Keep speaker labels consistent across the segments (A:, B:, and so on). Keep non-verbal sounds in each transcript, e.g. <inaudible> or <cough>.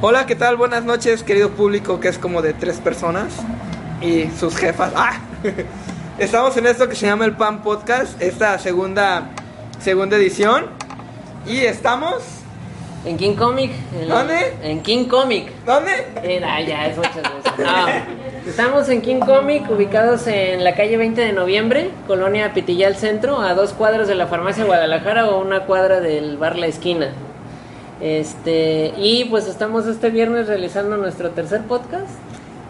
A: Hola, ¿qué tal? Buenas noches, querido público, que es como de tres personas y sus jefas. <laughs> ¡Ah! Estamos en esto que se llama el PAN Podcast, esta segunda, segunda edición. Y estamos.
B: En King Comic. En la-
A: ¿Dónde?
B: En King Comic.
A: ¿Dónde?
B: En, ah, ya, es muchas veces. No. Estamos en King Comic, ubicados en la calle 20 de noviembre, colonia Pitillal Centro, a dos cuadras de la farmacia Guadalajara o una cuadra del bar La Esquina. Este, y pues estamos este viernes realizando nuestro tercer podcast.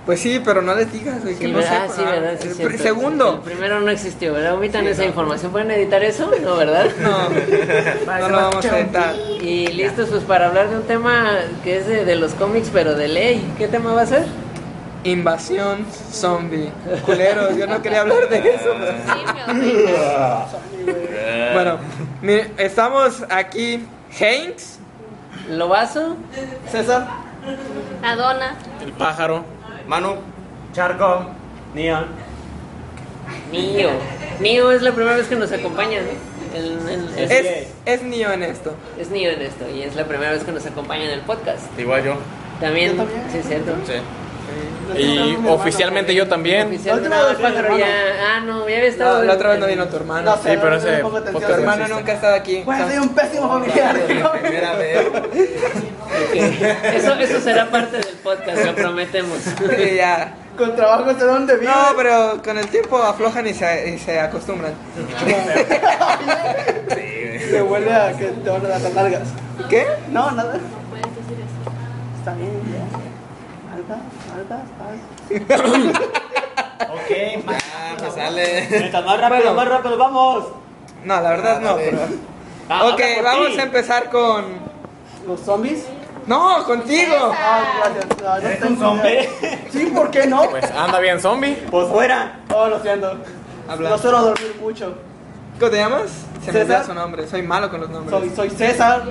A: Pues sí, pero no les digas, güey, que
B: Sí,
A: no
B: ¿verdad?
A: sepa.
B: Sí, ¿verdad? Sí,
A: El
B: cierto.
A: pr- segundo.
B: El primero no existió, ¿verdad? Omitan
A: Sí,
B: esa
A: no.
B: información. ¿Pueden editar eso? No, ¿verdad?
A: <laughs> No, no lo vamos a editar.
B: Y listos pues para hablar de un tema que es de, de los cómics, pero de ley. ¿Qué tema va a ser?
A: Invasión zombie. Culeros, yo no quería hablar de eso. <laughs> Bueno, mire, estamos aquí, Haynes,
B: ¿Lobazo?
A: César.
C: Adona.
D: El pájaro. Manu. Charco. Neon.
B: Mío. Mío es la primera vez que nos acompaña. ¿no? En- en- es,
A: Es, es niño en esto.
B: es Nio en esto y es la primera vez que nos acompaña en el podcast.
D: Igual yo.
B: También, sí, es cierto.
D: Sí. Y oficialmente yo también.
B: Oficialmente, no, el pájaro ya. Ah, no, ya había
A: No,
B: estado.
A: la otra vez no vino tu hermano.
D: Sí, pero ese
A: tu
D: podcast
A: hermano
D: no
A: nunca ha estado aquí.
E: Güey, soy un pésimo familiar.
D: Primera vez.
B: Ok. Eso, eso será parte del podcast, lo prometemos.
A: Sí, ya.
E: Con trabajo hasta donde vivo.
A: No, pero con el tiempo aflojan y se, y se acostumbran.
E: <laughs> Se vuelve a que te van a dar las largas.
A: ¿Qué?
E: No, nada. Está bien, ya. Altas, altas, altas.
F: Ok, más,
D: Ah, pues sale.
F: Neta, más rápido,
A: Bueno.
F: más rápido, vamos.
A: No, la verdad no, pero...
F: Ah,
A: Ok,
F: habla por
A: vamos
F: ti.
A: a empezar con...
E: ¿Los zombies?
A: No, contigo.
E: Ah, gracias. No, no
F: ¿Eres
E: tengo
F: un zombie?
E: idea. Sí, ¿por qué no?
D: Pues anda bien zombie.
F: Pues fuera.
E: Oh, lo siento.
A: Habla.
E: No suelo dormir mucho.
A: ¿Cómo te llamas? Se me
E: César.
A: olvida su nombre. Soy malo con los nombres.
E: Soy, soy César.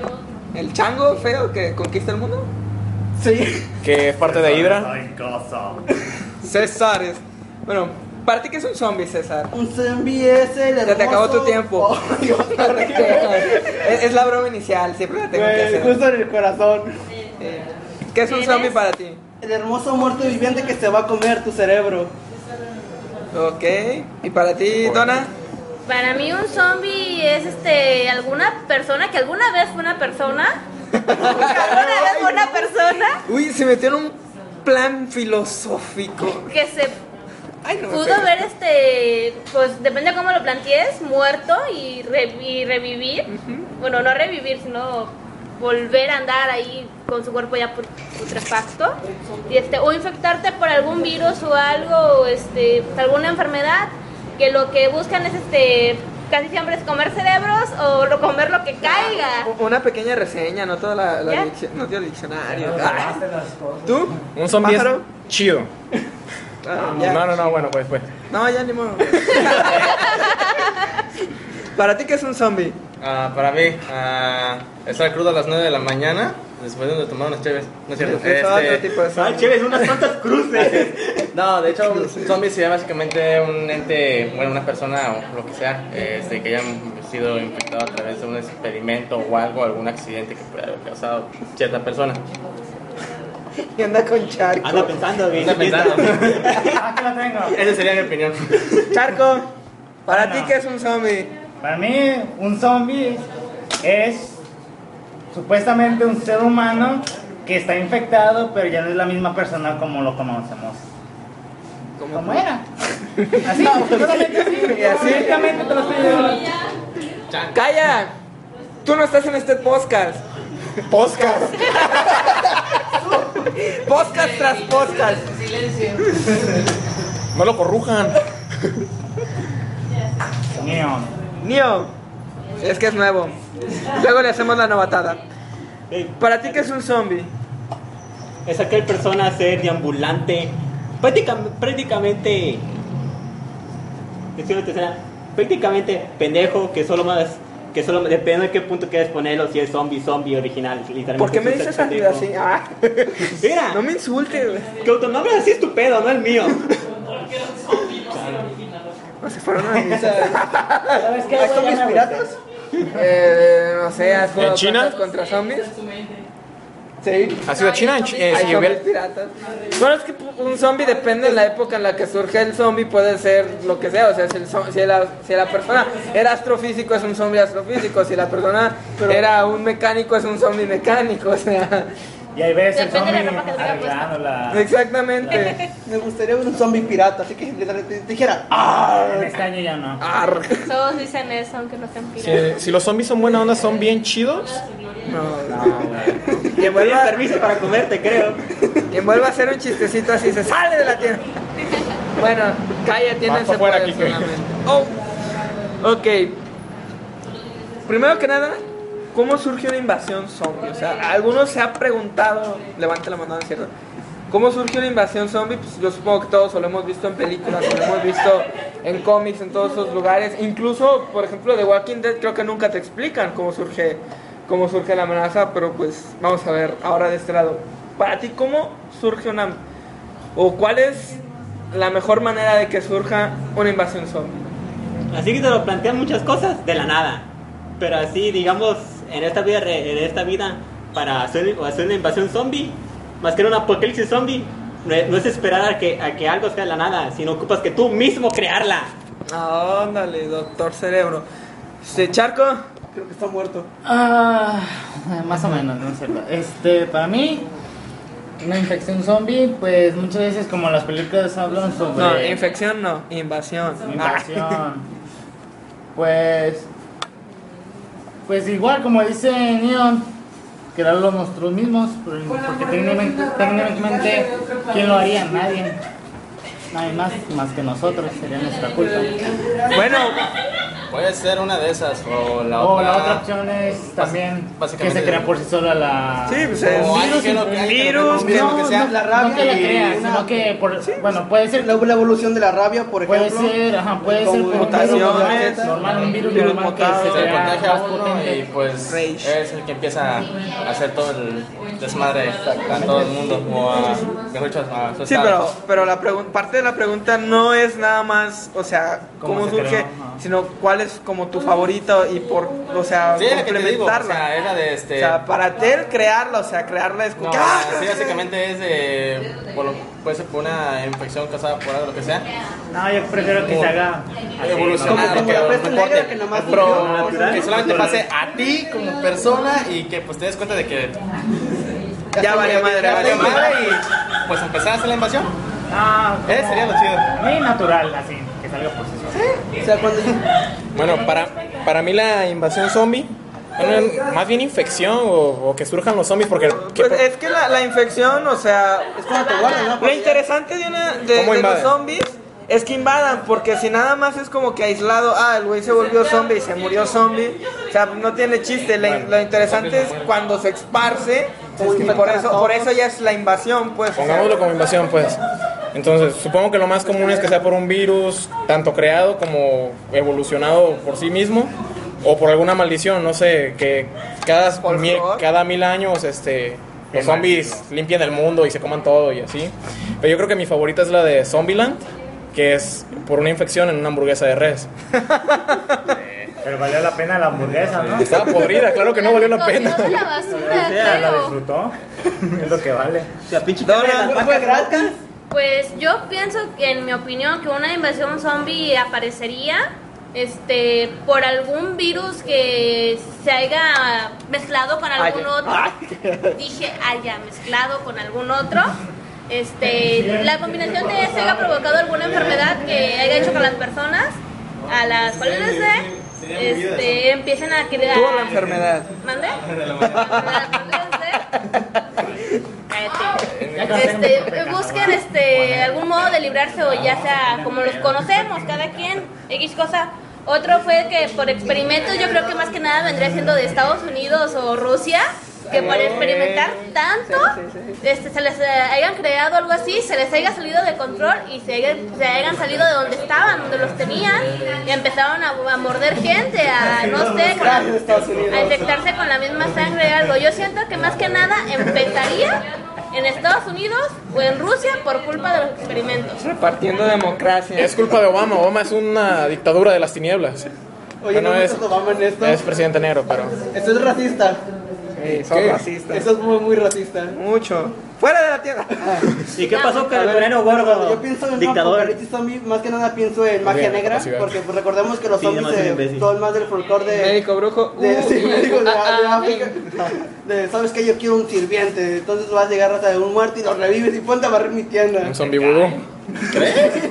A: ¿El chango feo que conquista el mundo?
E: Sí.
D: Que es parte de Hydra.
F: Soy gozo.
A: César es... Bueno, para ti que es un zombie, César.
E: Un zombie es el
A: Ya te acabó tu
E: hermoso-
A: tiempo. <laughs>
E: Oh, Dios, horrible.
A: es, es la broma inicial, siempre la tengo que
E: Güey,
A: hacer.
E: justo en el corazón.
A: Eh, ¿Qué es un
C: ¿Eres?
A: zombie para ti?
E: El hermoso muerto viviente que se va a comer tu cerebro.
A: Ok, ¿y para ti, Donna?
C: Para mí un zombie es este alguna persona que alguna vez fue una persona. que alguna vez fue una persona
A: Uy, se metió en un plan filosófico.
C: que se
A: Ay, no me
C: pudo
A: pegues.
C: ver este pues depende de cómo lo plantees, muerto y, re- y revivir. Bueno, no revivir, sino volver a andar ahí con su cuerpo ya put- putrefacto y este o infectarte por algún virus o algo, este alguna enfermedad que lo que buscan es este casi siempre es comer cerebros o lo- comer lo que caiga.
A: Una pequeña reseña, no toda la, la
C: ¿Ya?
A: diccio- no dio el diccionario. Ah. ¿Tú?
D: Un zombie es
A: ¿Pájaro?
D: chido.
A: <laughs> Ah, ya.
D: No, no, no, bueno, pues, pues.
A: <laughs> No, ya ni modo. ¿Para ti qué es un zombie?
G: Ah, para mí, ah, estar crudo a las 9 de la mañana después de tomar unas cheves. No es cierto.
A: Es otro
G: Este,
A: tipo de
F: Ay,
A: zombie.
F: chévere, Ah, unas cuantas cruces.
G: <laughs> no, de hecho, un zombie sería básicamente un ente, bueno, una persona o lo que sea, este, que haya sido infectado a través de un experimento o algo, algún accidente que pueda haber causado cierta persona.
A: Y anda con charco.
F: Anda pensando, bien.
G: Anda
F: <laughs>
G: pensando. <laughs> Ah,
F: Aquí la tengo.
G: Esa sería mi opinión.
A: <laughs> Charco, ¿para
F: Bueno.
A: ti qué es un zombie?
H: Para mí, un zombie es supuestamente un ser humano que está infectado, pero ya no es la misma persona como lo conocemos. ¿Cómo
A: <laughs>
H: era? Así,
A: pues,
H: solamente así.
A: Y así.
H: Directamente te lo estoy diciendo.
A: ¡Calla! Tú no estás en este podcast.
D: Podcast.
A: Podcast tras podcast.
D: No lo corrujan.
H: Mío.
A: Nio, es que es nuevo. Luego le hacemos la novatada. ¿Para ti qué es un zombie?
I: es aquel persona ser deambulante, prácticamente, prácticamente, decirlo tercera, prácticamente pendejo que solo más, que solo depende de qué punto quieres ponerlo, si es zombie, zombie original, literalmente.
A: ¿Por qué me
I: es un
A: dices
I: ser pendejo.
A: así? Ah,
I: Mira,
A: no me insultes, güey.
I: que tu nombre así es tu pedo, no el mío.
A: No se fueron a misa.
B: <laughs> ¿Sabes qué? güey?
E: ¿Hay
B: Ya
E: zombies
B: me
E: piratas?
A: Eh, no sé, ¿has jugado
D: ¿En China?
A: cartas contra zombies? Sí.
D: ¿Has ido a China? En Chi- eh,
A: Hay
D: sí, hubiera-
A: zombies piratas. Bueno, es que un zombie depende de la época en la que surge el zombie, puede ser lo que sea. O sea, si, el zo- si la, si la persona era astrofísico, es un zombie astrofísico. Si la persona era un mecánico, es un zombie mecánico. O sea,
H: Y ahí ves el
C: Depende de la
H: zombie
C: ropa que pues. traiga puesta.
H: arreglándola.
A: exactamente.
E: <laughs> Me gustaría ver un zombie pirata, así que literalmente dijera, ¡ah!
H: En este año ya no.
A: Arr.
C: Todos dicen eso, aunque no sean piratas.
D: Si, si los zombies son buena onda, son bien chidos.
I: Te ponían permiso para comerte,
A: <laughs>
I: creo.
A: Quien vuelva a hacer un chistecito así se sale de la tienda. Bueno, calla, tiéndense
D: Vas pa' fuera,
A: por el
D: Kike.
A: solamente. Oh, ok. Primero que nada, ¿cómo surge una invasión zombie? O sea, algunos se ha preguntado, levante la mano, ¿no es cierto? ¿Cómo surge una invasión zombie? Pues yo supongo que todos lo hemos visto en películas, lo hemos visto en cómics, en todos esos lugares. Incluso, por ejemplo, de Walking Dead creo que nunca te explican cómo surge, cómo surge la amenaza, pero pues vamos a ver ahora de este lado. Para ti, ¿cómo surge una... o cuál es la mejor manera de que surja una invasión zombie?
I: Así que te lo plantean muchas cosas de la nada. Pero así, digamos, en esta vida, re- en esta vida para hacer, o hacer una invasión zombie, más que una apocalipsis zombie, no es, no es esperar a que, a que algo sea de la nada, sino ocupas que tú mismo crearla.
A: Ah, Ándale, doctor cerebro. Este charco,
E: Creo que está muerto.
H: Ah, más o menos, no es cierto. Este, para mí, una infección zombie, pues muchas veces como las películas hablan sobre...
A: no, infección no, invasión. Ah.
H: Invasión. Pues. Pues igual, como dice Neon, crearlo nosotros mismos. pero- Porque técnicamente, técnicamente, ¿quién lo haría? Nadie. Nadie más, más que nosotros, sería nuestra culpa.
A: Ah, bueno,
G: Puede ser una de esas o la
H: O
G: otra.
H: la otra opción es también que
G: básicamente-
H: se crea por sí sola la. Oh,
A: sí, pues es
G: O alguien que lo-
A: virus,
G: alguien que lo
A: virus,
G: recomienda.
A: que-
E: Mismo que
G: no,
E: sea
G: no,
E: la
H: No que
E: rabia
H: la
E: y
H: crea,
E: una-
H: sino que por, bueno, puede ser
E: la, la evolución de la rabia, por
H: Puede
E: ejemplo.
H: ser, ajá, puede ser por un virus
A: mutaciones,
H: normal, normal, un virus
A: virus
H: normal que
A: mutado.
H: se
G: Se le
H: crea
G: contagia
H: más
G: a uno
H: potente.
G: y pues
A: Rage.
G: es el que empieza a hacer todo el desmadre a todo el mundo o a, mejor dicho, a su
H: Pues
A: Sí,
G: estado.
A: pero, pero la pregun- parte de la pregunta no es nada más, o sea,
H: ¿Cómo
A: cómo
H: se
A: surge,
H: creó? Ajá.
A: sino cuál es como tu favorita y por, o sea,
G: Sí, es la que te digo, o
A: complementarla.
G: sea, es la de este...
A: O sea, para ti el crearla, o sea, crearla es como
G: No,
A: que, ¡ah!
G: sí, básicamente es de... por lo- puede ser por una infección causada por algo, lo que sea.
H: No, yo prefiero que se haga
G: Evolucionar,
E: Como- como la
G: que
E: peste
G: no
E: negra
G: importe.
E: que nada más
G: Pero
E: funciona natural.
G: que solamente pase a ti como persona y que pues te des cuenta de que
A: Ya valió madre,
G: ya
A: ya
G: valió
A: madre.
G: madre y pues empezar a hacer la invasión.
H: Ah,
G: Eh, sería lo chido.
H: Muy natural, así, que salga por sí sola.
E: O sea, cuando
D: Bueno, para, para mí la invasión zombie, bueno, más bien infección o, o que surjan los zombies porque... que-
A: Pues es que la, la infección, o sea,
E: es cuando te guardan, ¿no?
A: Lo interesante de, una, de,
D: ¿Cómo
A: de los
D: invaden?
A: zombies es que invadan, porque si nada más es como que aislado, ah, el güey se volvió zombie y se murió zombie, o sea, no tiene chiste. Lo, lo interesante es cuando se esparce, y por eso, por eso ya es la invasión, pues. o sea,
D: Pongámoslo como invasión, pues. Entonces, supongo que lo más común es que sea por un virus, tanto creado como evolucionado por sí mismo, o por alguna maldición, no sé, que cada,
A: Por
D: mil,
A: favor.
D: cada mil años este, los zombies limpian el mundo y se coman todo y así. Pero yo creo que mi favorita es la de Zombieland, que es por una infección en una hamburguesa de res.
H: Pero valió la pena la hamburguesa, ¿no?
D: Estaba podrida, claro que no valió la
C: Comió
D: pena.
C: de la
H: O <laughs>
C: basura,
H: sea, la
C: creo.
H: disfrutó. <laughs> Es lo que vale.
I: La pinche
A: No,
I: carne de
A: no,
I: las
A: no,
I: vacas locas.
C: Pues yo pienso, que, en mi opinión, que una invasión zombie aparecería este, por algún virus que se haya mezclado con algún otro. Dije haya mezclado con algún otro. Este, la combinación de se haya provocado alguna enfermedad que haya hecho con las personas, a las cuales no sé, este, empiecen a crear...
A: tuvo la enfermedad.
C: ¿Mande? Cállate. Este, busquen este, algún modo de librarse o ya sea como los conocemos, cada quien, X cosa. Otro fue que por experimentos yo creo que más que nada vendría siendo de Estados Unidos o Rusia, que por experimentar tanto este, se les eh, hayan creado algo así, se les haya salido de control y se hayan, se hayan salido de donde estaban, donde los tenían y empezaron a, a morder gente, a no
E: <laughs>
C: sé, con la- a infectarse con la misma sangre algo. Yo siento que más que nada empezaría en Estados Unidos o en Rusia por culpa de los experimentos.
A: Repartiendo democracia.
D: Es culpa de Obama. Obama es una dictadura de las tinieblas.
E: Oye, no,
D: Bueno, es,
E: metas a Obama en esto.
D: es presidente negro, pero.
E: Esto es racista.
A: son
E: ¿Qué?
A: racistas.
E: Eso es muy, muy racista.
A: Mucho. ¡Fuera de la tierra!
I: ¿Y qué pasó con
E: A
I: el
E: ver,
I: moreno gordo?
E: Yo pienso en
I: Dictador.
E: apocalipsis zombie, más que nada pienso en magia
D: bien,
E: negra,
D: así va.
E: porque pues, recordemos que los
I: Sí,
E: zombies
I: además es un
E: se,
I: imbécil.
E: son más del folclor de,
A: Médico brujo.
E: de,
A: Uh,
E: sí,
A: uh,
E: médicos de,
A: ah,
E: de
A: ah,
E: África. De, Sabes que yo quiero un sirviente, entonces vas a llegar hasta de un muerto y lo revives y ponte a barrer mi tienda.
D: Un zombie vudú.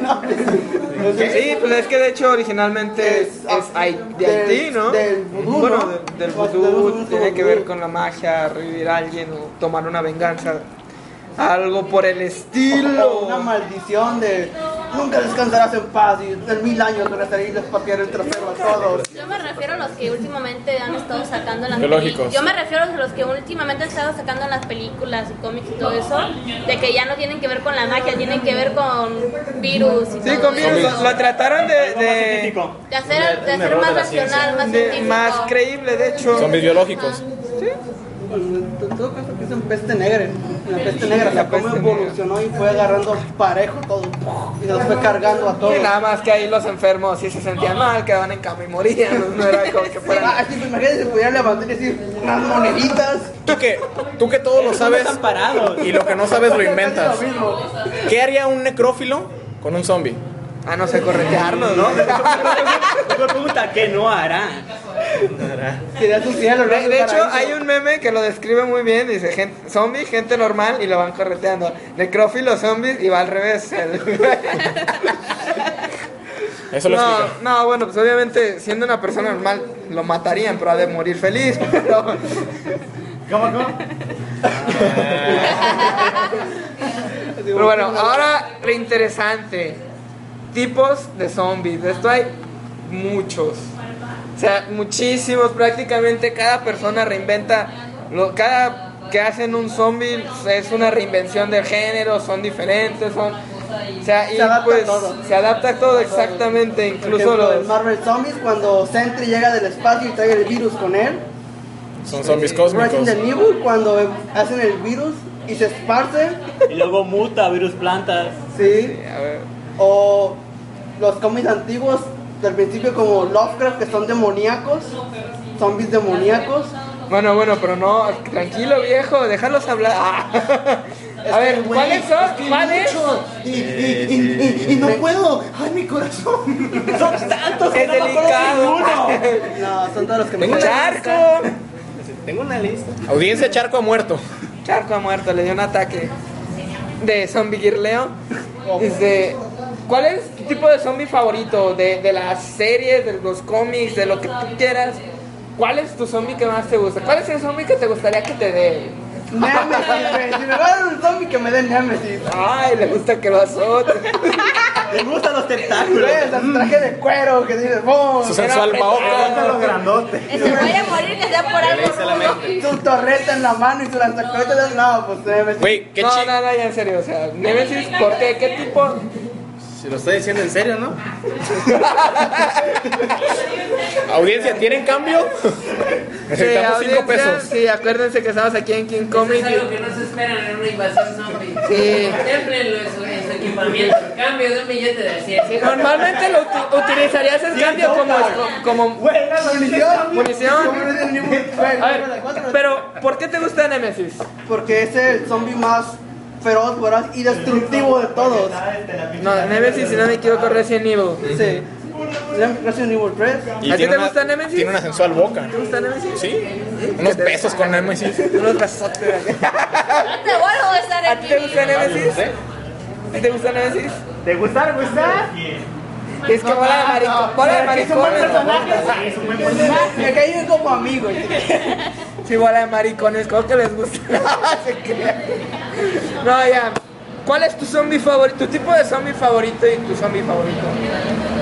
E: Entonces,
A: Sí, pues es que de hecho originalmente es,
E: Es-
A: es Hai- de
E: del-
A: Haití, ¿no?
E: del vudú,
A: bueno,
E: ¿no?
A: del- del
E: O- del
A: vudú,
E: vudú,
A: tiene que
E: vudú.
A: ver con la magia, revivir a alguien o tomar una venganza. Algo por el estilo.
E: Una maldición de nunca descansarás en paz y en mil años van a salir a papear el trasero a todos.
C: Yo me refiero a los que últimamente han estado sacando en las
D: Qué lógicos.
C: peli- Yo me refiero a los que últimamente han estado sacando en las películas y cómics y todo eso, de que ya no tienen que ver con la magia, tienen que ver con virus y
A: Sí,
C: todo
A: conmigo
C: eso.
A: lo, lo trataron de,
I: Algo más
A: de,
I: científico.
C: De hacer, de hacer más racional, más
A: de-
C: científico.
A: más creíble, de hecho.
D: Zombies biológicos.
E: Pues, En todo caso que es en peste negra. La peste negra,
A: La
E: la cómo
A: peste negra.
E: evolucionó y fue agarrando parejo todo. Y nos fue cargando a todos.
A: Sí, nada más que ahí los enfermos sí se sentían mal, quedaban en cama y morían. No era como que
E: Ah,
A: fueran.
E: sí, pues imagínate si pudieran levantar y decir unas moneditas.
D: Tú que, tú que todo lo sabes
I: Están parados.
D: y lo que no sabes lo inventas.
E: Casi lo mismo.
D: ¿Qué haría un necrófilo con un zombie?
A: Ah, no sé,
I: <laughs>
A: corretearlos, ¿no?
I: Yo me pregunta, ¿qué no hará?
E: Sería su cielo, ¿no?
A: De,
E: Su
A: de hecho,
E: paraíso.
A: hay un meme que lo describe muy bien. Dice, gente, zombie, gente normal, y lo van correteando. Necrófilos, zombies, y va al revés.
D: <laughs> Eso
A: <laughs>
D: lo
A: no,
D: explica.
A: no, bueno, pues obviamente, siendo una persona normal, lo matarían, pero ha de morir feliz. <laughs> Pero,
F: ¿Cómo, cómo?
A: pero bueno, ahora lo interesante. Tipos de zombies. De esto hay muchos. O sea, muchísimos. Prácticamente cada persona reinventa. Lo, cada que hacen un zombie pues, es una reinvención del género. Son diferentes. Son, o sea, y
E: Se adapta
A: pues
E: todo.
A: se adapta a todo exactamente.
E: Por
A: Incluso
E: ejemplo, en
A: los.
E: Marvel Zombies, cuando Sentry llega del espacio y trae el virus con él.
D: Son zombies
E: Resident
D: cósmicos.
E: Evil, cuando hacen el virus y se esparce.
I: Y luego muta, virus plantas.
E: Sí.
A: A ver,
E: O los cómics antiguos del principio, como Lovecraft, que son demoníacos. Zombies demoníacos.
A: Bueno, bueno, pero no, tranquilo viejo, déjalos hablar. <laughs> Ah. A ver, ¿cuáles son? ¿Cuáles?
E: Este Y, y- y- y- y no puedo. ¡Ay, mi corazón! <laughs>
I: Son tantos que
A: Es
I: no me acuerdo
A: delicado.
I: ninguno.
E: No, son todos los que me
D: Venga,
E: gustan.
A: Charco.
G: Tengo una lista.
D: Audiencia Charco ha muerto.
A: Charco ha muerto, le dio un ataque de zombie guirleo. Este, ¿Cuál es tu tipo de zombie favorito? De, de las series, de los cómics, de lo que tú quieras. ¿Cuál es tu zombie que más te gusta? ¿Cuál es el zombie que te gustaría que te dé?
E: Némesis, güey. Si me va a dar un zombie, que me den Némesis.
A: Ay, le gusta que lo azote.
I: Me gustan los tentáculos.
E: Güey, hasta su traje de cuero que dices, ¡boom!
D: Su sensual
F: Están los
D: paoca.
F: grandotes.
C: Que se vaya a morir, que sea por algo. rudo.
E: Su torreta en la mano y su lanzacohetes. No, pues Némesis.
D: Güey, qué
A: no,
D: chi-
A: no, no, ya en serio, o sea, Nemesis, ¿por qué? ¿Qué tipo?
G: Si lo estoy diciendo en serio, ¿no?
D: Audiencia, ¿tienen cambio? Necesitamos
A: Sí,
D: cinco
A: audiencia,
D: pesos.
A: Sí, acuérdense que estamos aquí en King
B: Eso
A: Comic.
B: es algo que no se espera en una invasión zombie.
A: Sí.
B: Témplenlo en su, en su equipamiento. Cambio de un billete de 100.
A: Sí, normalmente lo uti- utilizarías el cambio como, como
E: Güey, la munición.
A: Munición.
E: Como no tiene ningún- güey,
A: A
E: la
A: ver,
E: cuatro.
A: pero ¿por qué te gusta Nemesis?
E: Porque es el zombie más feroz, voraz y destructivo de todos.
A: No, Nemesis, si no me equivoco, Resident Evil.
E: Sí. Resident Evil 3.
D: Y
A: ¿A ti
D: tiene
A: te
D: una-
A: gusta Nemesis?
D: Tiene una sensual boca.
A: ¿Te gusta Nemesis?
D: Sí. Unos pesos con Nemesis.
A: Unos besotes.
C: No te vuelvo a estar
A: ¿A ti te
C: aquí.
A: gusta Nemesis? ¿A ti te gusta Nemesis?
F: ¿Te gustar, gustar?
A: Es que bola de maricón. Bola de maricones.
F: Sí, es un buen personaje.
E: Me caí como amigo.
A: <laughs> Sí, bola de maricones. ¿Cómo que les gusta? <laughs> Se crean. no, ya. ¿Cuál es tu zombie favorito? Tu tipo de zombie favorito y tu zombie favorito.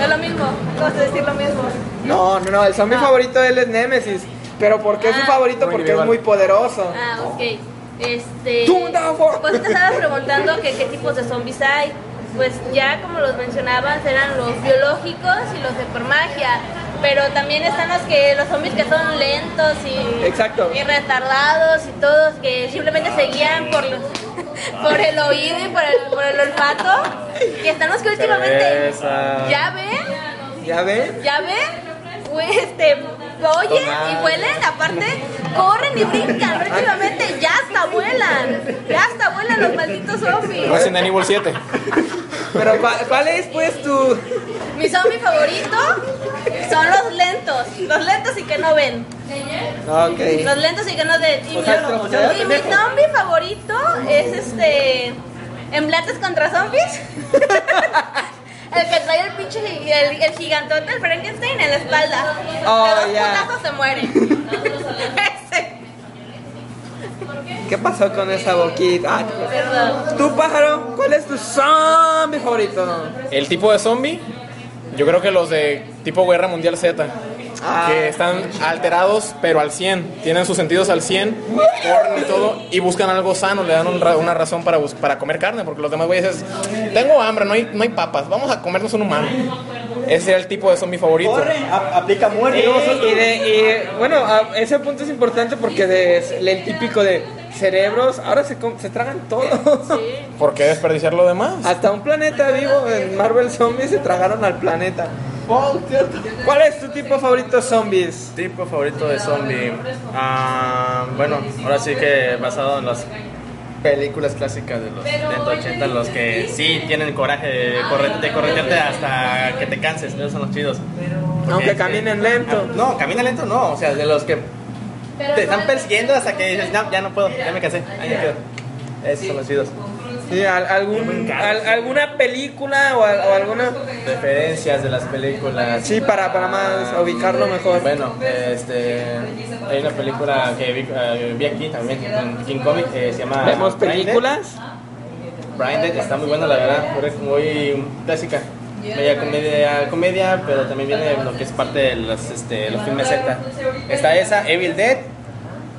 C: Es lo mismo, vamos a decir lo mismo.
A: No, no, no, el zombie favorito de él es Nemesis. Pero porque es su
C: Ah.
A: favorito, porque es muy poderoso.
C: Ah, ok. Este.
A: Tunda, bo-
C: Pues te estabas preguntando que qué tipos de zombies hay. Pues ya como los mencionabas, eran los biológicos y los de por magia. Pero también están los que los zombies que son lentos y,
A: Exacto.
C: y retardados y todos que simplemente se guían por, <laughs> los- por el oído y por el, por el olfato. Y están los que últimamente
J: eh,
G: Cabeza.
C: ya ven,
A: ¿Ya ven?
C: ya ven, güey, este, oyen y huelen, aparte corren y brincan, últimamente ya hasta vuelan, ya hasta vuelan los malditos zombies.
D: Resident Evil 7.
A: Pero ¿cuál, cuál es pues tu...
C: Mi zombie favorito son los lentos, los lentos y que no ven, los
A: Ok.
C: lentos y que no ven. Y,
A: O sea,
C: mi-
A: o sea,
C: y mi zombie favorito es este, Emblates contra
A: <laughs>
C: zombies. El que trae el pinche gi- el, el gigantote, el Frankenstein en la espalda.
A: Oh,
C: De dos
A: ya.
C: putazos se muere. Ese.
A: ¿Qué pasó con esa boquita? Ah, qué-
C: Perdón.
A: Tú, pájaro, ¿cuál es tu zombie favorito?
D: El tipo de zombie, yo creo que los de tipo Guerra Mundial Z.
A: Ah.
D: Que están alterados, pero al 100. Tienen sus sentidos al 100, corren y todo, y buscan algo sano. Le dan un ra- una razón para, bus- para comer carne, porque los demás güeyes es: Tengo hambre, no hay, no hay papas, vamos a comernos un humano. Ese era el tipo de zombie favorito.
I: Corre, a- aplica
A: Y,
I: muerte.
A: y de- y, bueno, a- ese punto es importante porque de, el típico de cerebros, ahora se, com- se tragan todo.
D: ¿Por qué desperdiciar lo demás?
A: Hasta un planeta vivo en Marvel Zombies se tragaron al planeta. ¿Cuál es tu tipo favorito de zombies?
G: Tipo favorito de zombie. Ah, bueno, ahora sí que basado en las películas clásicas de los 70, 80, los que sí tienen coraje de, corre- de corretearte hasta que te canses, esos son los chidos. Porque,
A: Aunque
G: este,
A: caminen lento.
G: ah, No, camina lento no, o sea, de los que te están persiguiendo hasta que dices, no, ya no puedo, ya me cansé, ahí me quedo. Esos son los chidos.
A: Sí, al- algún, al- ¿Alguna película o, al- o alguna...?
G: Referencias de las películas.
A: Sí, para, para más ubicarlo mejor.
G: Bueno, este, hay una película que vi, eh, vi aquí también, en King Comic, que se llama...
A: ¿Vemos
G: Blinded.
A: películas?
G: Blinded está muy buena, la verdad, es muy clásica. Media comedia, comedia, pero también viene lo que es parte de los, este, los filmes Z. Está esa, Evil Dead,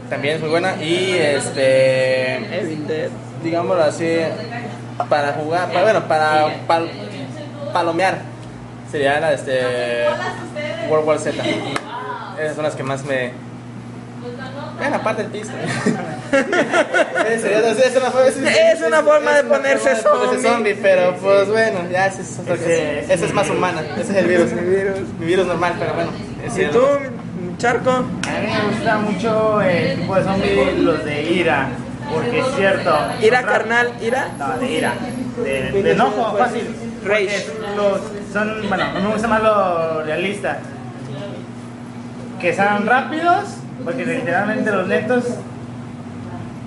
G: también es muy buena. Y este,
A: Evil Dead.
G: digámoslo así, para jugar, para, bueno, para pal- palomear, sería la de este, World War Z. Esas son las que más me. Bueno, aparte del piso. En serio, entonces, <laughs> es una forma,
A: Es una forma de
G: es una
A: ponerse
G: forma de
A: zombie.
G: Pero pues bueno, ya ese es, otra cosa.
H: Ese es
G: Ese es más humana. Ese es el virus. Mi virus, normal, pero bueno. ese
A: ¿Y
G: es
A: tú,
G: lo-
A: Charco?
H: A mí me gusta mucho el tipo de zombies, Pues los de ira, porque es cierto.
A: Ira
H: son ra-
A: carnal, ira.
H: No, de ira. De, de enojo, fácil.
A: Rage.
H: Porque Los, son, bueno, no me gusta más lo realista. Que sean rápidos, porque literalmente los lentos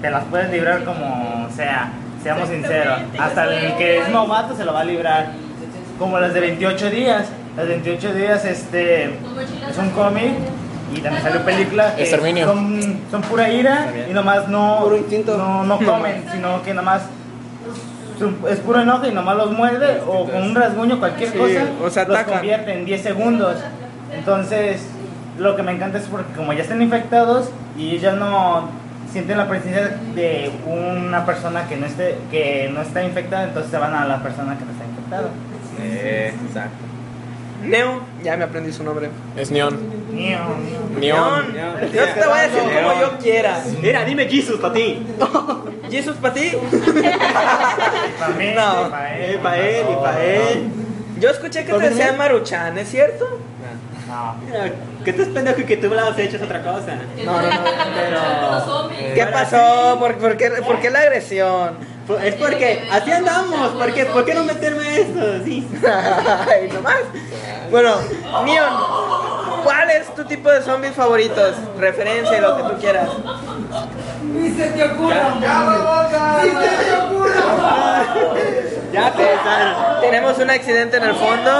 H: te las puedes librar como sea. Seamos sinceros. Hasta el que es novato se lo va a librar. Como las de 28 días. Las 28 días este, es un cómic. Y también salió película que
D: Exterminio.
H: son, son pura ira y nomás no,
A: Puro instinto.
H: no, no comen, sino que nomás su- es puro enojo y nomás los muerde o con un rasguño cualquier
A: Sí,
H: cosa
A: o sea,
H: los
A: atacan.
H: convierte en 10 segundos entonces lo que me encanta es porque como ya están infectados y ya no sienten la presencia de una persona que no esté que no está infectada entonces se van a la persona que no está infectada
G: Eh, exacto.
A: Neo, ya me aprendí su nombre.
D: Es Neon.
A: Neon.
D: Neon.
A: Yo te voy a decir como yo quiera.
I: Mira, dime Jesus para ti.
A: ¿Jesus para ti?
H: para mí
A: No.
H: para
I: Eh, para él y para él.
A: Yo escuché que te
I: ¿Cómo
A: decían
I: es?
A: Maruchan, ¿es cierto?
H: no
I: Mira, ¿Qué estás pendejo y que tú me la has hecho es otra cosa?
A: No, no, no.
I: Pero.
A: ¿Qué pasó? ¿Por, por qué, por qué la agresión?
I: Pues Es porque así andamos, ¿por qué, por qué no meterme esto? Sí.
A: Ay, nomás. Bueno, Neon, ¿cuál es tu tipo de zombies favoritos? Referencia y lo que tú quieras.
I: Ya pensaron.
A: Tenemos un accidente en el fondo.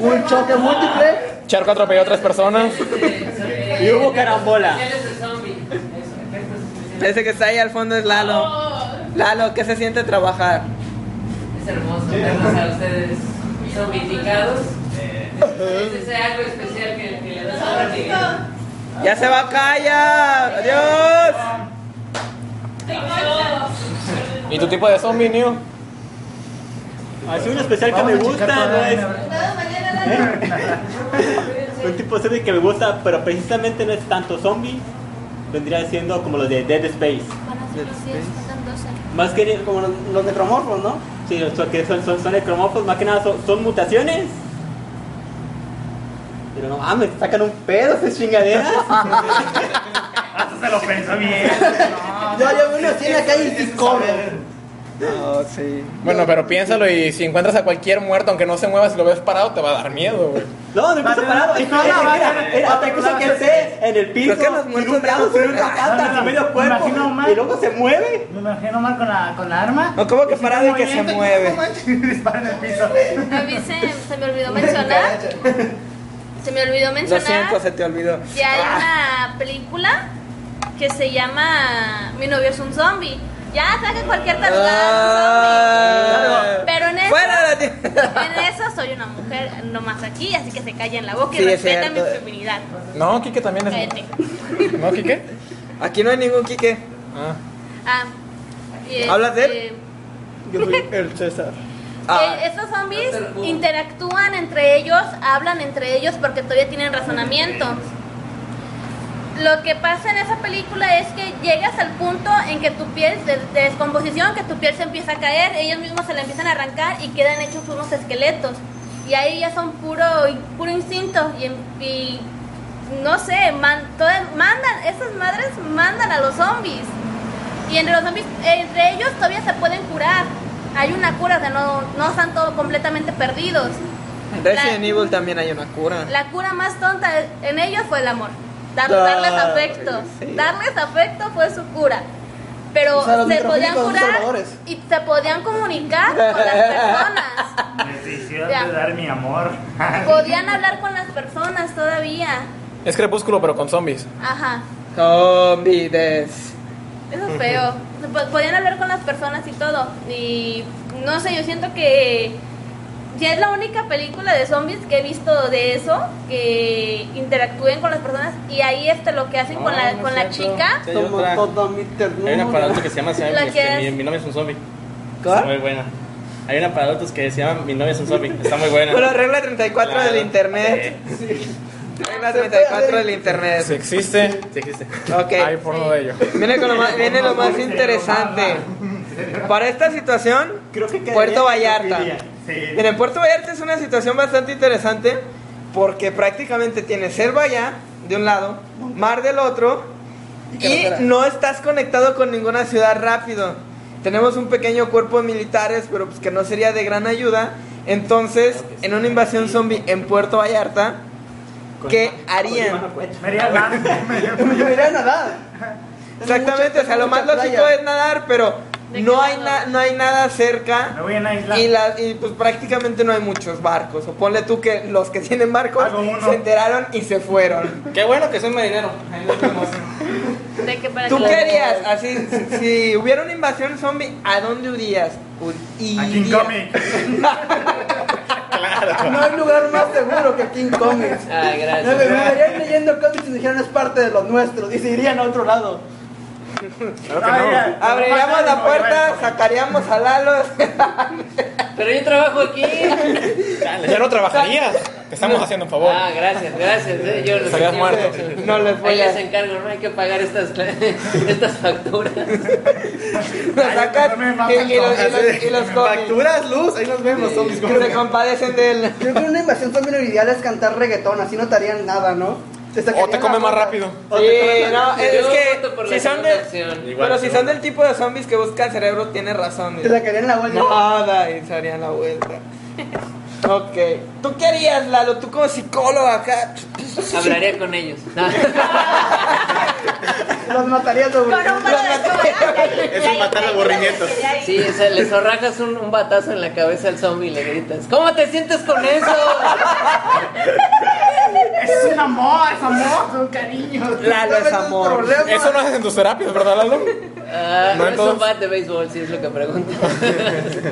E: Un choque múltiple.
D: Charco atropelló a otras personas.
I: Y hubo carambola.
A: Ese que está ahí al fondo es Lalo. Lalo, ¿qué se siente trabajar?
K: Es hermoso verlos a ustedes zombificados. Es ese algo especial que, que le da sabor a mi vida.
A: Ya se va, calla. Adiós.
D: ¿Y tu tipo de zombie, Neo?
I: Así un especial que me gusta, no es. Un tipo de serie que me gusta, pero precisamente no es tanto zombie. Vendría siendo como los de Dead Space. Más que como los, necromorfos, ¿no? Sí, los que son, son, son necromorfos, más que nada son, son mutaciones. Pero no mames, sacan un pedo esas chingaderas.
E: <laughs>
H: Hasta se lo pensó bien.
E: Yo, yo veo uno así en la calle y Ah, sí corro.
D: Bueno, pero piénsalo y si encuentras a cualquier muerto, aunque no se mueva, si lo ves parado, te va a dar miedo, güey.
I: No, no incluso parado. Es que mira, mira, hasta incluso que esté en el piso,
H: Creo que los
I: sin
H: muertos
I: un brazo, sin una pata, sin medio cuerpo.
H: y luego se mueve. Me imagino mal con la, con la arma.
A: No, ¿cómo que
H: si
A: parado
H: no
A: y que se
H: movimiento,
A: mueve?
H: no manches, <laughs> y Dispara en el piso.
C: Me avisen, se me olvidó mencionar. Se me olvidó
A: Lo siento,
C: mencionar
A: se Ah. te olvidó.
C: que hay una película que se llama Mi novio es un zombie. Ya saca cualquier tarugada.
A: Ah.
C: un zombie. Pero en este eso,
A: Fuera la
C: en eso soy una mujer nomás aquí, así que se callen la boca y
A: Sí, es
C: respeta mi
A: cierto.
C: feminidad.
D: No, Kike también es.
C: Cállate.
D: ¿No, Kike?
A: Aquí no hay ningún Quique.
D: Ah.
C: Ah, y
A: ¿Hablas de él?
C: este,
A: Yo soy el César.
C: Eh, estos zombies interactúan entre ellos, hablan entre ellos porque todavía tienen razonamiento. Lo que pasa en esa película es que llegas al punto en que tu piel de, de descomposición, que tu piel se empieza a caer, ellos mismos se la empiezan a arrancar y quedan hechos unos esqueletos. Y ahí ya son puro, puro instinto y, en- y no sé, man- todas, mandan, esas madres mandan a los zombies. Y entre los zombies, entre ellos todavía se pueden curar. Hay una cura, o sea, no, no están todos completamente perdidos.
A: En Resident Evil también hay una cura.
C: La cura más tonta en ellos fue el amor. Dar-
A: Ah,
C: darles afecto.
A: sí.
C: Darles afecto fue su cura. Pero
E: O sea, los
C: se podían
E: microfílicos son
C: curar
E: salvadores.
C: y se podían comunicar con las
E: <laughs>
C: personas.
H: Te hicieron
C: Ya.
H: de dar mi amor.
C: Podían hablar con las personas todavía.
D: <laughs> Es crepúsculo, pero con zombies.
C: Ajá.
A: Zombie des.
C: Eso es feo. Po- Podían hablar con las personas y todo. Y no sé, yo siento que ya es la única película de zombies que he visto de eso, que interactúen con las personas. Y ahí este lo que hacen
G: Ah,
C: con la, con la chica.
G: Sí,
E: Tomo
G: otra.
E: toda mi ternura.
G: Hay una para adultos que se llama, se llama
C: La que
G: este,
C: es-
G: mi, mi novia es un zombie. Está muy buena. Hay una para adultos que se llama Mi novia es un zombie. Está muy buena.
A: Bueno, regla 34
G: Claro.
A: del internet. Regla 34 del internet.
D: Si existe,
G: Sí existe.
A: Ok.
D: hay porno de ello.
A: Viene, con lo más, viene lo más interesante. Para esta situación,
I: Creo que
A: Puerto
I: quedaría
A: Vallarta.
I: zoofilia.
A: Miren, Puerto Vallarta es una situación bastante interesante porque prácticamente tienes selva allá, de un lado, mar del otro, y no estás conectado con ninguna ciudad rápido. Tenemos un pequeño cuerpo de militares, pero pues que no sería de gran ayuda. Entonces, en una invasión zombie en Puerto Vallarta, ¿qué harían?
H: Me haría mal.
E: Yo iría a nadar.
A: Exactamente, o sea, lo más
E: Mucha
A: lógico
E: playa.
A: es nadar, pero
C: ¿De
A: no
C: qué
A: hay,
C: lado?
A: na- no hay nada cerca.
H: Me voy a una isla.
A: Y, la- y, pues prácticamente no hay muchos barcos. O ponle tú que los que <laughs> tienen barcos
H: Hago uno.
A: se enteraron y se fueron.
G: Qué bueno que soy marinero. Ahí nos vemos.
C: De que para
A: ¿Tú
C: que
A: qué
C: la-
A: harías? Así, si- si hubiera una invasión zombie, ¿a dónde huirías? Hu-
H: Aquí en
A: irías.
H: cómic.
A: <laughs>
E: No hay lugar más seguro que King Comics.
B: Ah,
E: Me
B: gracias.
E: verían leyendo cómics y dijeran es parte de los nuestros. Y se irían a otro lado.
H: Ah,
A: Abriríamos la puerta, sacaríamos a Lalo. <laughs>
B: Pero yo trabajo aquí.
D: Ya no trabajarías. Te estamos haciendo un favor.
B: Ah, gracias, gracias. eh, Yo los
D: Estarías muerto.
A: No les voy
B: Ahí
A: a-
B: les encargo, no hay que pagar estas, <laughs> estas facturas.
A: Nos sacan
H: me
A: y,
H: matan
A: y los, y los- y los zombies.
G: <laughs> Facturas, luz, ahí nos vemos, zombies.
A: Que se compadecen de él.
E: Yo creo que una invasión zombie lo ideal es cantar reggaetón. Así no te harían nada, ¿no?
D: O te come más rápido.
A: Sí, no, es,
B: Yo
A: que
B: voto por la
A: si son
B: segunda
A: de-
B: opción.
G: Igual,
A: pero si
G: sí.
A: son del tipo de zombies que buscan cerebro, tienes razón.
E: Te sacarían la vuelta.
A: Nada, y se harían la vuelta. Ok. ¿Tú qué harías, Lalo? Tú como psicólogo acá. <laughs>
B: Hablaría con ellos. No.
E: Los mataría seguro.
D: Es un matar aburrimiento.
B: Sí, o sea, le zorrajas un, un batazo en la cabeza al zombie y le gritas, ¿cómo te sientes con eso?
H: Es un amor, es amor, es un cariño.
B: Lalo es amor.
D: Eso no haces en tus terapias, ¿verdad, Lalo?
B: Ah,
D: No,
B: no es
D: entonces-
B: un bat de béisbol, si es lo que pregunto.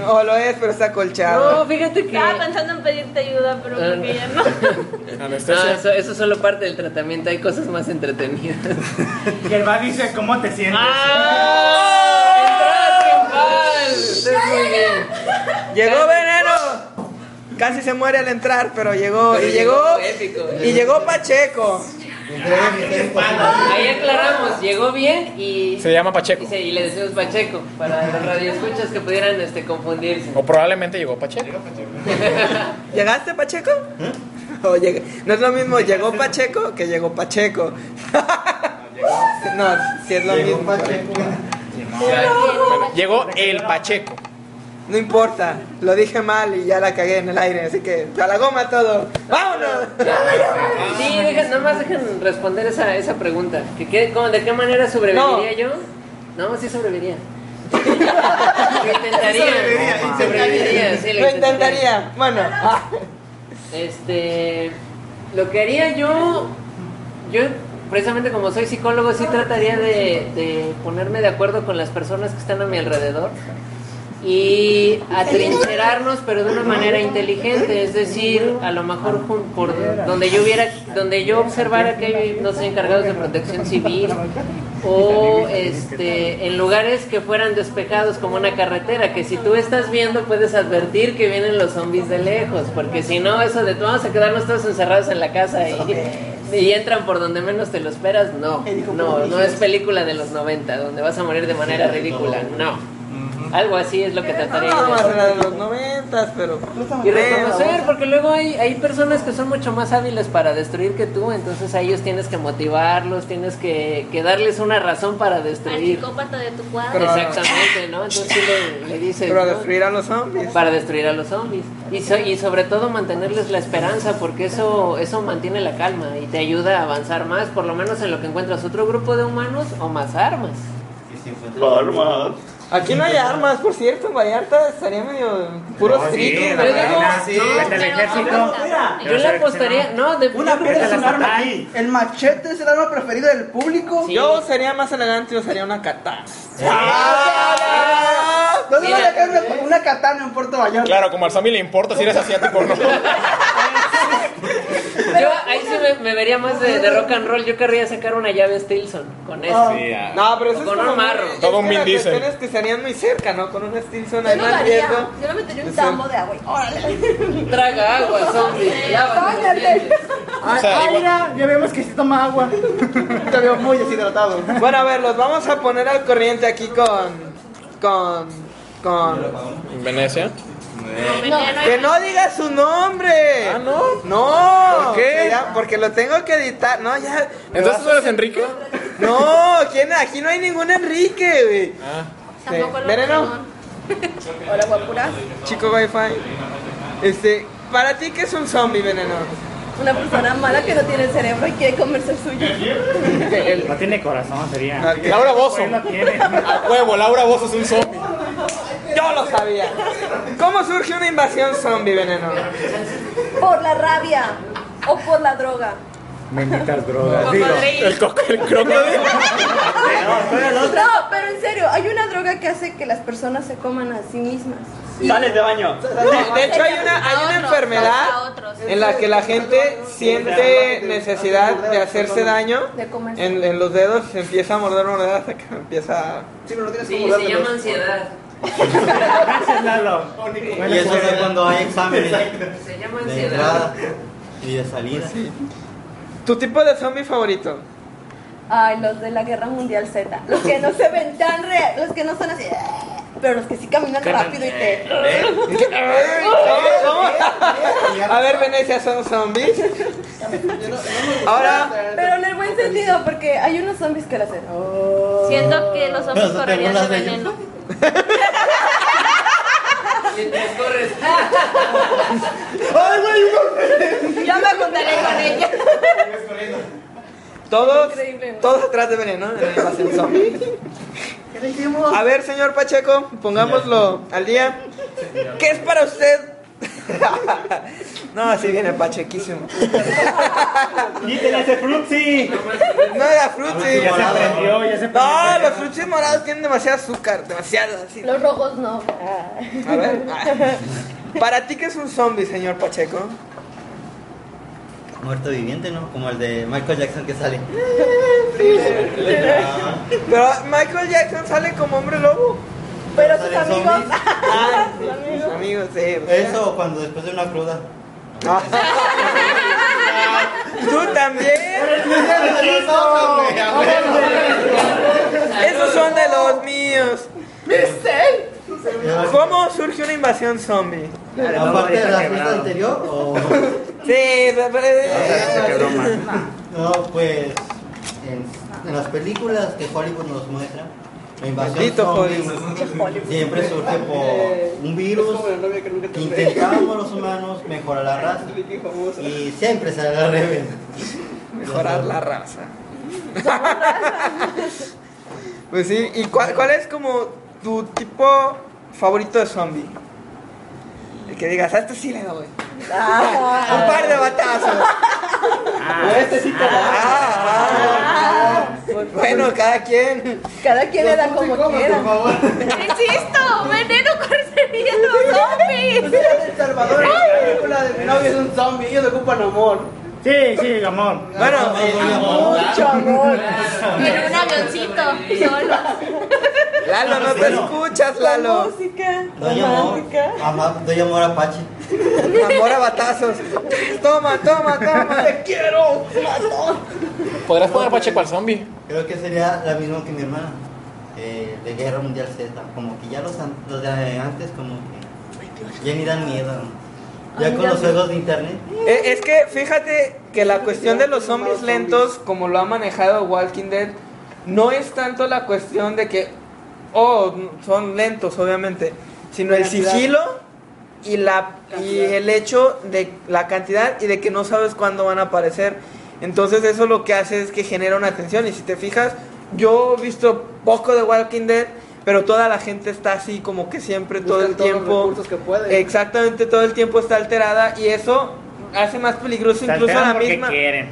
A: No lo es, pero está colchado.
B: No, fíjate que...
C: Estaba pensando en pedirte ayuda, pero
G: Eh,
C: creo que ya no.
B: No, eso, eso es solo parte del tratamiento, hay cosas más entretenidas.
H: Y el va dice, ¿cómo te sientes? Ah.
B: ¡Ah! ¡Entraste en mal! Muy bien.
A: Llegó Veneno. Casi se muere al entrar, pero llegó.
B: Pero
A: y llegó.
B: épico.
A: Y llegó Pacheco.
B: Ahí aclaramos, llegó bien y,
D: Se llama Pacheco.
B: y se- y le decimos Pacheco para los radioescuchas que pudieran este, confundirse.
D: O probablemente llegó Pacheco.
A: ¿Llegaste, Pacheco? O lleg- No es lo mismo, llegó Pacheco que llegó Pacheco. No, si es lo mismo.
D: Bueno, llegó el Pacheco.
A: No importa, lo dije mal y ya la cagué en el aire, así que a la goma todo. ¡Vámonos!
B: Sí, deja- nomás dejen responder esa, esa pregunta. ¿Que qué- cómo- ¿De qué manera sobreviviría yo? No, sí
A: <laughs>
B: sobreviviría. lo intentaría.
E: Sobreviviría,
B: sobreviviría, sí,
A: Lo intentaría. Bueno, ah,
B: Este, lo que haría yo, yo precisamente como soy psicólogo, sí trataría de, de ponerme de acuerdo con las personas que están a mi alrededor y atrincherarnos, pero de una manera inteligente, es decir, a lo mejor jun- por donde yo hubiera, donde yo observara que hay, no sé, encargados de protección civil o este, en lugares que fueran despejados como una carretera, que si tú estás viendo puedes advertir que vienen los zombies de lejos, porque si no, eso de vamos a quedarnos todos encerrados en la casa y, y entran por donde menos te lo esperas, no, no, no es película de los 90, donde vas a morir de manera ridícula, no. Algo así es lo que trataría yo
A: no,
B: de
A: más
B: hacer.
A: era de los noventas, pero.
B: Y reconocer, porque luego hay, hay personas que son mucho más hábiles para destruir que tú, entonces a ellos tienes que motivarlos, tienes que, que darles una razón para
C: Al
B: destruir.
C: psicópata de tu cuadro.
A: Pero-
B: Exactamente, ¿no? Entonces sí le, le dices...
A: Pero a
B: ¿no?
A: destruir a los zombies.
B: Para destruir a los zombies. Y, so- y sobre todo mantenerles la esperanza, porque eso, eso mantiene la calma y te ayuda a avanzar más, por lo menos en lo que encuentras otro grupo de humanos o más armas.
A: Aquí no hay armas, por cierto, en Vallarta estaría medio puro
H: No, sí, la
A: street. ¿no?
H: verdad.
E: Vete al ejército.
B: Yo le apostaría, no, de,
E: Una
B: yo creo que
E: piedra es
B: la
E: un arma. El machete es el arma preferida del público.
B: Sí.
A: Yo sería más elegante, yo sería una katana.
E: ¿Dónde
B: Mira.
E: va a dejar
A: eh,
E: una, una katana en Puerto Vallarta?
D: Claro, como al zombie le importa si eres asiático o
C: <laughs>
D: no.
B: Yo ahí sí me, me vería más de, de rock and roll. Yo querría sacar una llave Stilson con eso.
G: Sí, ah.
A: No, pero eso
B: Con
A: es como
B: un marro.
A: muy- es
D: Todo un
A: que
D: Vin
A: las
D: Diesel.
A: cuestiones que serían muy cerca, ¿no? Con un Stilson
L: Yo
A: hay
L: no
A: más
L: daría,
A: riesgo.
L: yo le metería un
A: Sí.
L: tambo de agua. y ¡Órale!
B: Traga
L: <laughs>
B: agua, zombie. lávate los dientes.
H: Ah,
D: O sea,
H: ah,
D: igual-
H: mira, ya vemos que sí toma agua.
E: Te veo muy deshidratado.
A: Bueno, a ver, los vamos a poner al corriente aquí con. con. con.
D: ¿En Venecia?
A: ¡Que no diga su nombre!
D: Ah, ¿no?
A: ¡No!
D: ¿Por qué?
A: Sería- porque lo tengo que editar. No, ya.
D: ¿Entonces tú eres Enrique?
A: No, ¿quién? aquí no hay ningún Enrique, güey.
D: Ah.
A: Sí.
C: Tampoco lo
A: Veneno,
L: Hola, guapuras.
A: chico wifi. Este, ¿para ti qué es un zombie, veneno?
L: Una persona mala que no tiene cerebro y quiere comerse el suyo.
H: Este, No tiene corazón, sería.
A: Ah, que-
D: Laura Bozo.
H: Pues no tiene.
D: A huevo, Laura Bozo es un zombie.
A: Yo lo sabía. ¿Cómo surge una invasión zombie, veneno?
L: Por la rabia o por la droga.
H: Benditas drogas.
D: El, coco, el crocodilo.
L: No, pero en serio, hay una droga que hace que las personas se coman a sí mismas.
I: <laughs> Sales de baño.
A: De, de hecho, hay una, hay una enfermedad en la que la gente siente necesidad de hacerse daño
L: De comerse.
A: en, en los dedos, se empieza a morder, morder hasta que empieza a...
E: Sí, pero no tienes
B: Sí, se llama ansiedad.
H: Gracias, Lalo.
J: Y eso es cuando hay exámenes
B: Se llama
J: de
B: ansiedad.
J: entrada y de salida.
A: ¿Tu tipo de zombie favorito?
L: Ay, los de la Guerra Mundial Z. Los que no se ven tan real, los que no son así. Pero los que sí caminan rápido y te.
A: ¿Cómo? ¿Eh? A ver, Venecia, ¿son zombies? Ahora,
L: Pero en el buen sentido, porque hay unos zombies que lo hacen. Oh.
C: Siento que los hombres
J: Pero te
C: correrían de
J: burlas de ellos.
C: veneno.
B: Mientras corres. <laughs>
G: <laughs>
L: Ya me juntaré con ella.
A: Todos,
L: Increíble, güey.
A: todos atrás de veneno en el invasión zombie.
L: ¿Qué le hicimos?
A: A ver, señor Pacheco, pongámoslo al día. ¿Qué es para usted? <laughs> no, así
H: <laughs>
A: viene pachequísimo.
H: Y te la hace frutzi.
A: No era frutzi.
H: Ya se aprendió, ya se
A: No, los frutzi morados tienen demasiado azúcar, demasiado así.
L: Los rojos no.
A: A ver. ah. ¿Para ti qué es un zombie, señor Pacheco?
J: Muerto viviente, ¿no? Como el de Michael Jackson que sale.
A: Pero Michael Jackson sale como hombre lobo.
L: Pero
J: sus amigos.
A: Sus amigos, sí. Ah.
J: Eso o cuando después de una cruda. <laughs>
A: Tú también. Esos son de los míos. ¿Cómo surge una invasión zombie?
J: Aparte de la fiesta anterior o.
A: Sí, re- re-
J: No, pues en, en las películas que Hollywood nos muestra, la invasión
A: Maldito
J: zombie
A: Hollywood.
J: siempre surge por un virus que intentamos los humanos mejorar la raza y siempre sale al revés.
A: mejorar la raza. Pues sí, ¿y cuál, cuál es como tu tipo favorito de zombie? El que digas, a este sí le doy. Un par de batazos. Bueno, cada quien.
L: Cada quien le da como quiera.
C: Insisto, veneno corcería los zombies.
E: El Salvador, en la película de mi novio es un zombie, ellos ocupan amor.
H: Sí, sí, amor.
A: Bueno,
H: eh,
L: Mucho amor.
C: En un avioncito, solo.
A: Lalo, no te escuchas, Lalo.
L: Música
J: Doy amor,
L: romántica.
J: ama- doy amor Apache.
A: Amor a batazos. Toma, toma, toma. Te quiero.
D: ¿Podrás poner Pacheco al zombie?
J: Creo que sería la misma que mi hermana, eh, de Guerra Mundial Z. Como que ya los, an- los de antes, como que ya ni dan miedo. ¿no? Ya
L: Ay,
J: con
L: ya
J: los
L: sé.
J: juegos de internet.
A: Eh, Es que fíjate que la cuestión de los zombies lentos, como lo ha manejado Walking Dead, no es tanto la cuestión de que, oh, son lentos, obviamente, sino el sigilo y, la, y el hecho de la cantidad y de que no sabes cuándo van a aparecer. Entonces eso lo que hace es que genera una tensión. Y si te fijas, yo he visto poco de Walking Dead, pero toda la gente está así como que siempre, todo el
E: Buscan todos los
A: tiempo.
E: recursos que pueden.
H: Eh,
A: Exactamente, todo el tiempo está alterada y eso hace más peligroso
H: Se
A: incluso
H: alteran
A: la
H: porque
A: misma.
H: quieren.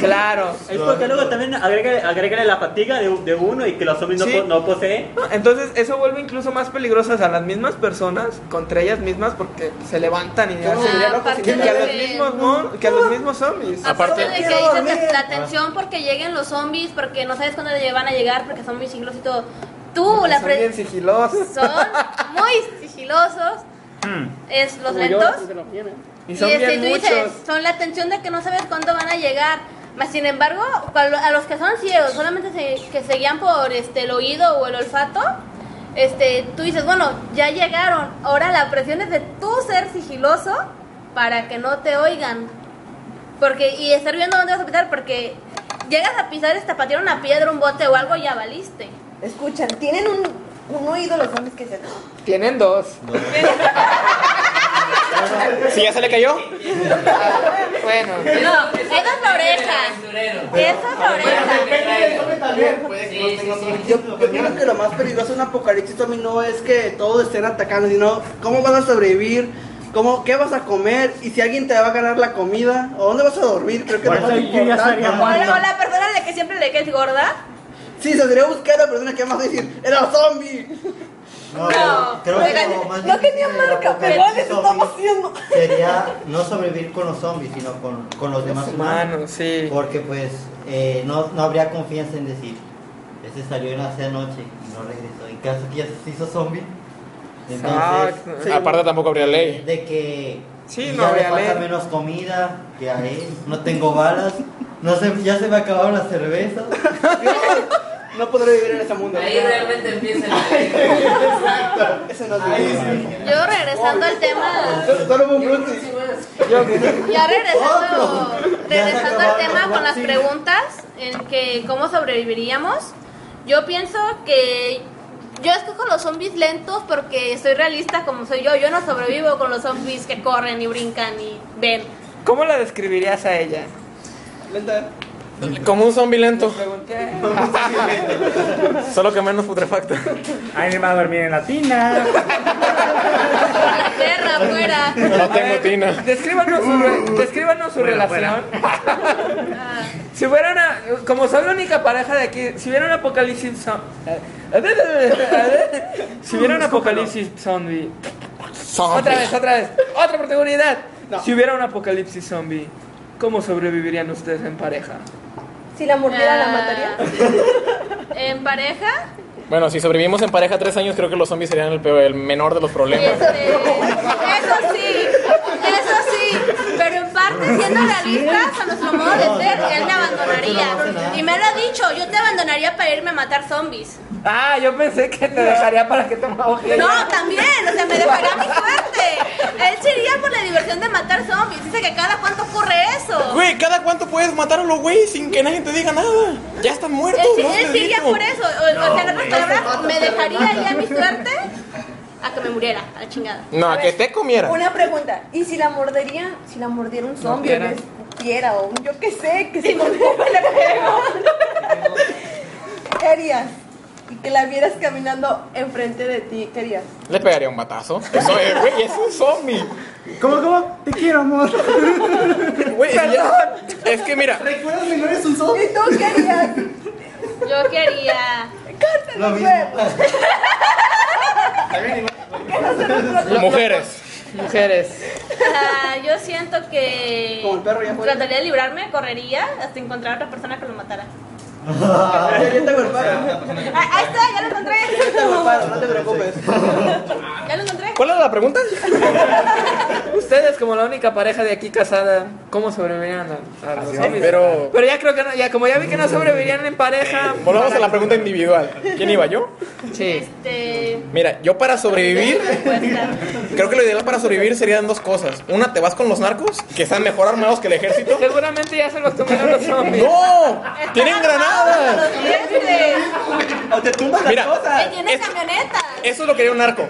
A: Claro.
I: Es porque luego también agrégale, agrégale la fatiga de, de uno y que los zombies no
A: Sí.
I: po- no poseen.
A: Entonces eso vuelve incluso más peligrosas a las mismas personas contra ellas mismas porque se levantan y hacen-
C: Ah, aparte
A: que, a los
C: de- Uh,
A: mismos mon- que a los mismos zombies.
C: Aparte de que
J: Quiero
C: dices
J: dormir.
C: la atención porque lleguen los zombies, porque no sabes cuándo le van a llegar, porque son muy sigilosos y todo.
D: Ah.
C: Tú, uh, la
A: Son
C: pre-
A: bien sigilosos.
C: son muy sigilosos, es los lentos.
A: Hmm. Y son
C: este,
A: bien
C: tú
A: muchos.
C: dices, son la atención de que no sabes cuándo van a llegar. Mas sin embargo, cual- a los que son ciegos, solamente se- que se guían por este, el oído o el olfato, este, tú dices, bueno, ya llegaron. Ahora la presión es de tú ser sigiloso para que no te oigan. Porque, y estar viendo dónde vas a pisar, porque llegas a pisar, te patear una piedra, un bote o algo, ya valiste.
L: Escuchan, tienen un, un oído los hombres que se.
A: <laughs> Tienen dos.
D: ¿Sí ya se le cayó?
A: Bueno.
C: No, esa es la oreja. Esa es la oreja.
E: pues, Yo, yo pienso que lo más peligroso de un apocalipsis también no es que todos estén atacando, sino cómo vas a sobrevivir, cómo, qué vas a comer y si alguien te va a ganar la comida o dónde vas a dormir. Creo que
H: Por
E: es lo
H: eso
E: más
H: yo ya
E: importante.
H: estaría
C: O
H: muerto.
C: la- o la persona de que siempre le caes gorda.
E: Sí, se debería buscar a la persona que más decir, era zombie.
J: No,
C: No,
J: creo
C: oigan,
J: que lo más
L: No
J: difícil
L: tenía
J: del
L: marca, pero
J: apocalipsis
L: les
J: zombie
L: estamos haciendo.
J: Sería no sobrevivir con los zombies, sino con, con los demás humanos.
A: Humanos, sí.
J: Porque pues eh, no, no habría confianza en decir, ese salió en hace anoche y no regresó. En caso que ya se hizo zombie, entonces
A: Exacto.
D: Aparte tampoco habría ley.
J: de que
A: Sí,
J: ya
A: no
J: le
A: habría
J: falta
A: ley.
J: menos comida que a él, no tengo balas, no sé, ya se me acabaron las cervezas.
E: <laughs> No podré vivir en ese mundo.
K: Ahí realmente empieza el
E: Ese no es vivir.
C: Yo regresando al tema,
E: Solo- <laughs> Solo fue un brute.
C: ya regresando, regresando al
J: acabaron
C: tema
J: los
C: con las
J: vaccines.
C: preguntas en que cómo sobreviviríamos, yo pienso que yo escojo los zombies lentos porque soy realista como soy yo, yo no sobrevivo con los zombies que corren y brincan y ven.
A: ¿Cómo la describirías a ella?
E: Lenta.
D: Como un zombie lento.
A: Pregunté.
D: Solo que menos putrefacto.
H: Alguien va a dormir en la tina.
C: La perra afuera.
D: No tengo tina.
A: Descríbanos su, re- descríbanos su
D: Bueno,
A: relación.
D: <laughs>
A: si fuera una, como soy la única pareja de aquí, si hubiera un apocalipsis zo- si hubiera un apocalipsis zombie. Otra vez, otra vez. Otra oportunidad. Si hubiera un apocalipsis zombie, ¿cómo sobrevivirían ustedes en pareja?
L: Si la mordiera, la
C: Ah.
L: mataría.
C: En pareja,
D: Bueno, si sobrevivimos en pareja tres años, creo que los zombies serían el, peor- el menor de los problemas.
C: este, eso sí, eso sí, pero en parte siendo realistas a nuestro modo de ser, él me abandonaría. Y me lo ha dicho, yo te abandonaría para irme a matar zombies.
A: Ah, yo pensé que te dejaría para que te ahogues.
C: No, también, o sea, me dejaría mi suerte. Él se iría por la diversión de matar zombies. Dice que cada cuánto ocurre eso.
D: Güey, ¿cada cuánto puedes matar a los güeyes sin que nadie te diga nada? Ya están
C: Él,
D: muertos,
C: sí-
D: no
C: él
D: les
C: sí iría
D: digo.
C: por eso. O, o sea, en otras palabras, me dejaría ir a mi suerte a que me muriera, a la chingada.
D: No, a que te comiera.
L: Una pregunta. ¿Y si la mordería? Si la mordiera un zombie, o
D: quiera.
L: le escupiera, o un yo qué sé, que si mordiera le pego. ¿Qué harías? Y que la vieras caminando enfrente de ti, ¿qué harías?
D: Le pegaría un batazo. Eso es, güey, es un zombie.
H: ¿Cómo, cómo? Te quiero, amor.
D: Güey, ya- es que mira,
H: ¿Recuerdas mi no eres un zombie?
L: ¿Y tú qué harías?
C: Yo quería.
H: Lo mismo.
D: mujeres.
E: <laughs>
A: Mujeres.
C: Ah, yo siento que.
E: Como el perro ya fue.
C: Trataría de librarme, correría hasta encontrar a otra persona que lo matara.
E: Yo tengo el paro.
C: Ah, ahí está, ya lo encontré.
E: Yo tengo el paro, no te preocupes.
C: Ya lo encontré.
D: ¿Cuál era la pregunta?
A: <laughs> Ustedes como la única pareja de aquí casada, ¿cómo sobrevivirían a, a los
D: Así va,
A: zombies?
D: pero-
A: pero ya creo que no, ya como ya vi que no sobrevivirían en pareja.
D: Volvamos a la pregunta individual. ¿Quién iba yo?
A: Sí.
C: Este.
D: Mira, yo para sobrevivir,
C: respuesta.
D: creo que lo ideal para sobrevivir serían dos cosas. Una, te vas con los narcos, que están mejor armados que el ejército.
A: Seguramente ya se los comieron los zombies.
D: ¡No! ¡Tienen granadas!
C: Los dientes.
E: O te tumbas las
D: Mira,
C: Que
E: cosas.
C: tiene camioneta.
D: Eso es lo que haría un narco.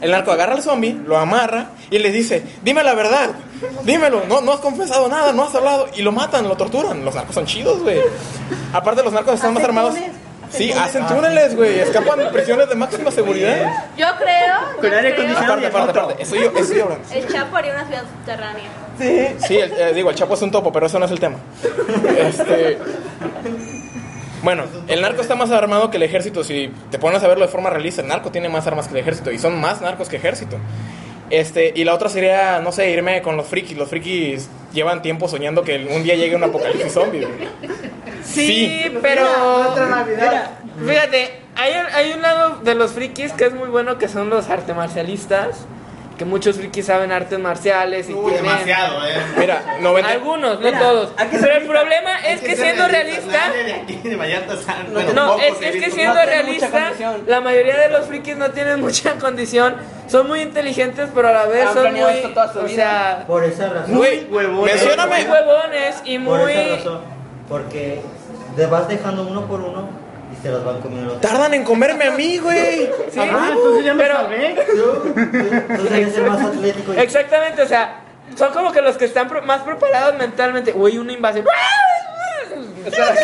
D: El narco agarra al zombie, lo amarra y le dice, dime la verdad, dímelo, no, no has confesado nada, no has hablado. Y lo matan, lo torturan. Los narcos son chidos, güey. Aparte, los narcos están más armados. Sí, hacen túneles, güey. Escapan de prisiones de máxima seguridad.
C: Yo creo. yo
I: Con aire
C: creo,
I: acondicionado y
D: Aparte, aparte, aparte. Eso yo, eso yo hablando.
C: El Chapo haría una ciudad subterránea.
D: Sí, el- eh, digo, el Chapo es un topo, pero eso no es el tema. Este, bueno, el narco está más armado que el ejército. Si te pones a verlo de forma realista, el narco tiene más armas que el ejército y son más narcos que ejército. Este, y la otra sería, no sé, irme con los frikis. Los frikis llevan tiempo soñando que un día llegue un apocalipsis zombie. güey.
A: Sí,
D: Sí.
A: pero.
E: Otra Navidad.
A: Fíjate, hay, hay un lado de los frikis que es muy bueno, que son los arte marcialistas. Que muchos frikis saben artes marciales y
F: Uy,
A: tienen-
F: demasiado, eh.
D: Mira, 90
A: Algunos, no
E: Mira,
A: todos.
E: hay que
A: Pero
E: ser-
A: el problema es que siendo realista.
F: Nadie de aquí de Vallarta sabe.
E: No,
F: Bueno,
A: No,
F: pocos
A: es,
F: he
A: es que
F: visto.
A: siendo
E: No tienen mucha
A: realista,
E: condición.
A: la mayoría de los frikis no tienen <laughs> mucha condición. Son muy inteligentes, pero a la vez
E: Han
A: son
E: planeado
A: muy.
E: esto toda su
A: o
E: vida.
A: sea,
J: Por esa razón.
D: Güey,
F: huevones.
D: mencióname.
A: muy huevones y
J: Por
A: muy.
J: esa razón. Porque te vas dejando uno por uno y se los van comiendo los
D: Tardan en comerme a mí, güey.
A: Sí,
H: Ah, entonces ya me
A: pero-
H: salvé.
J: Tú, tú, tú eres el más atlético. y-
A: Exactamente, o sea, son como que los que están pro- más preparados mentalmente. Uy, una <laughs> invasión. O sea,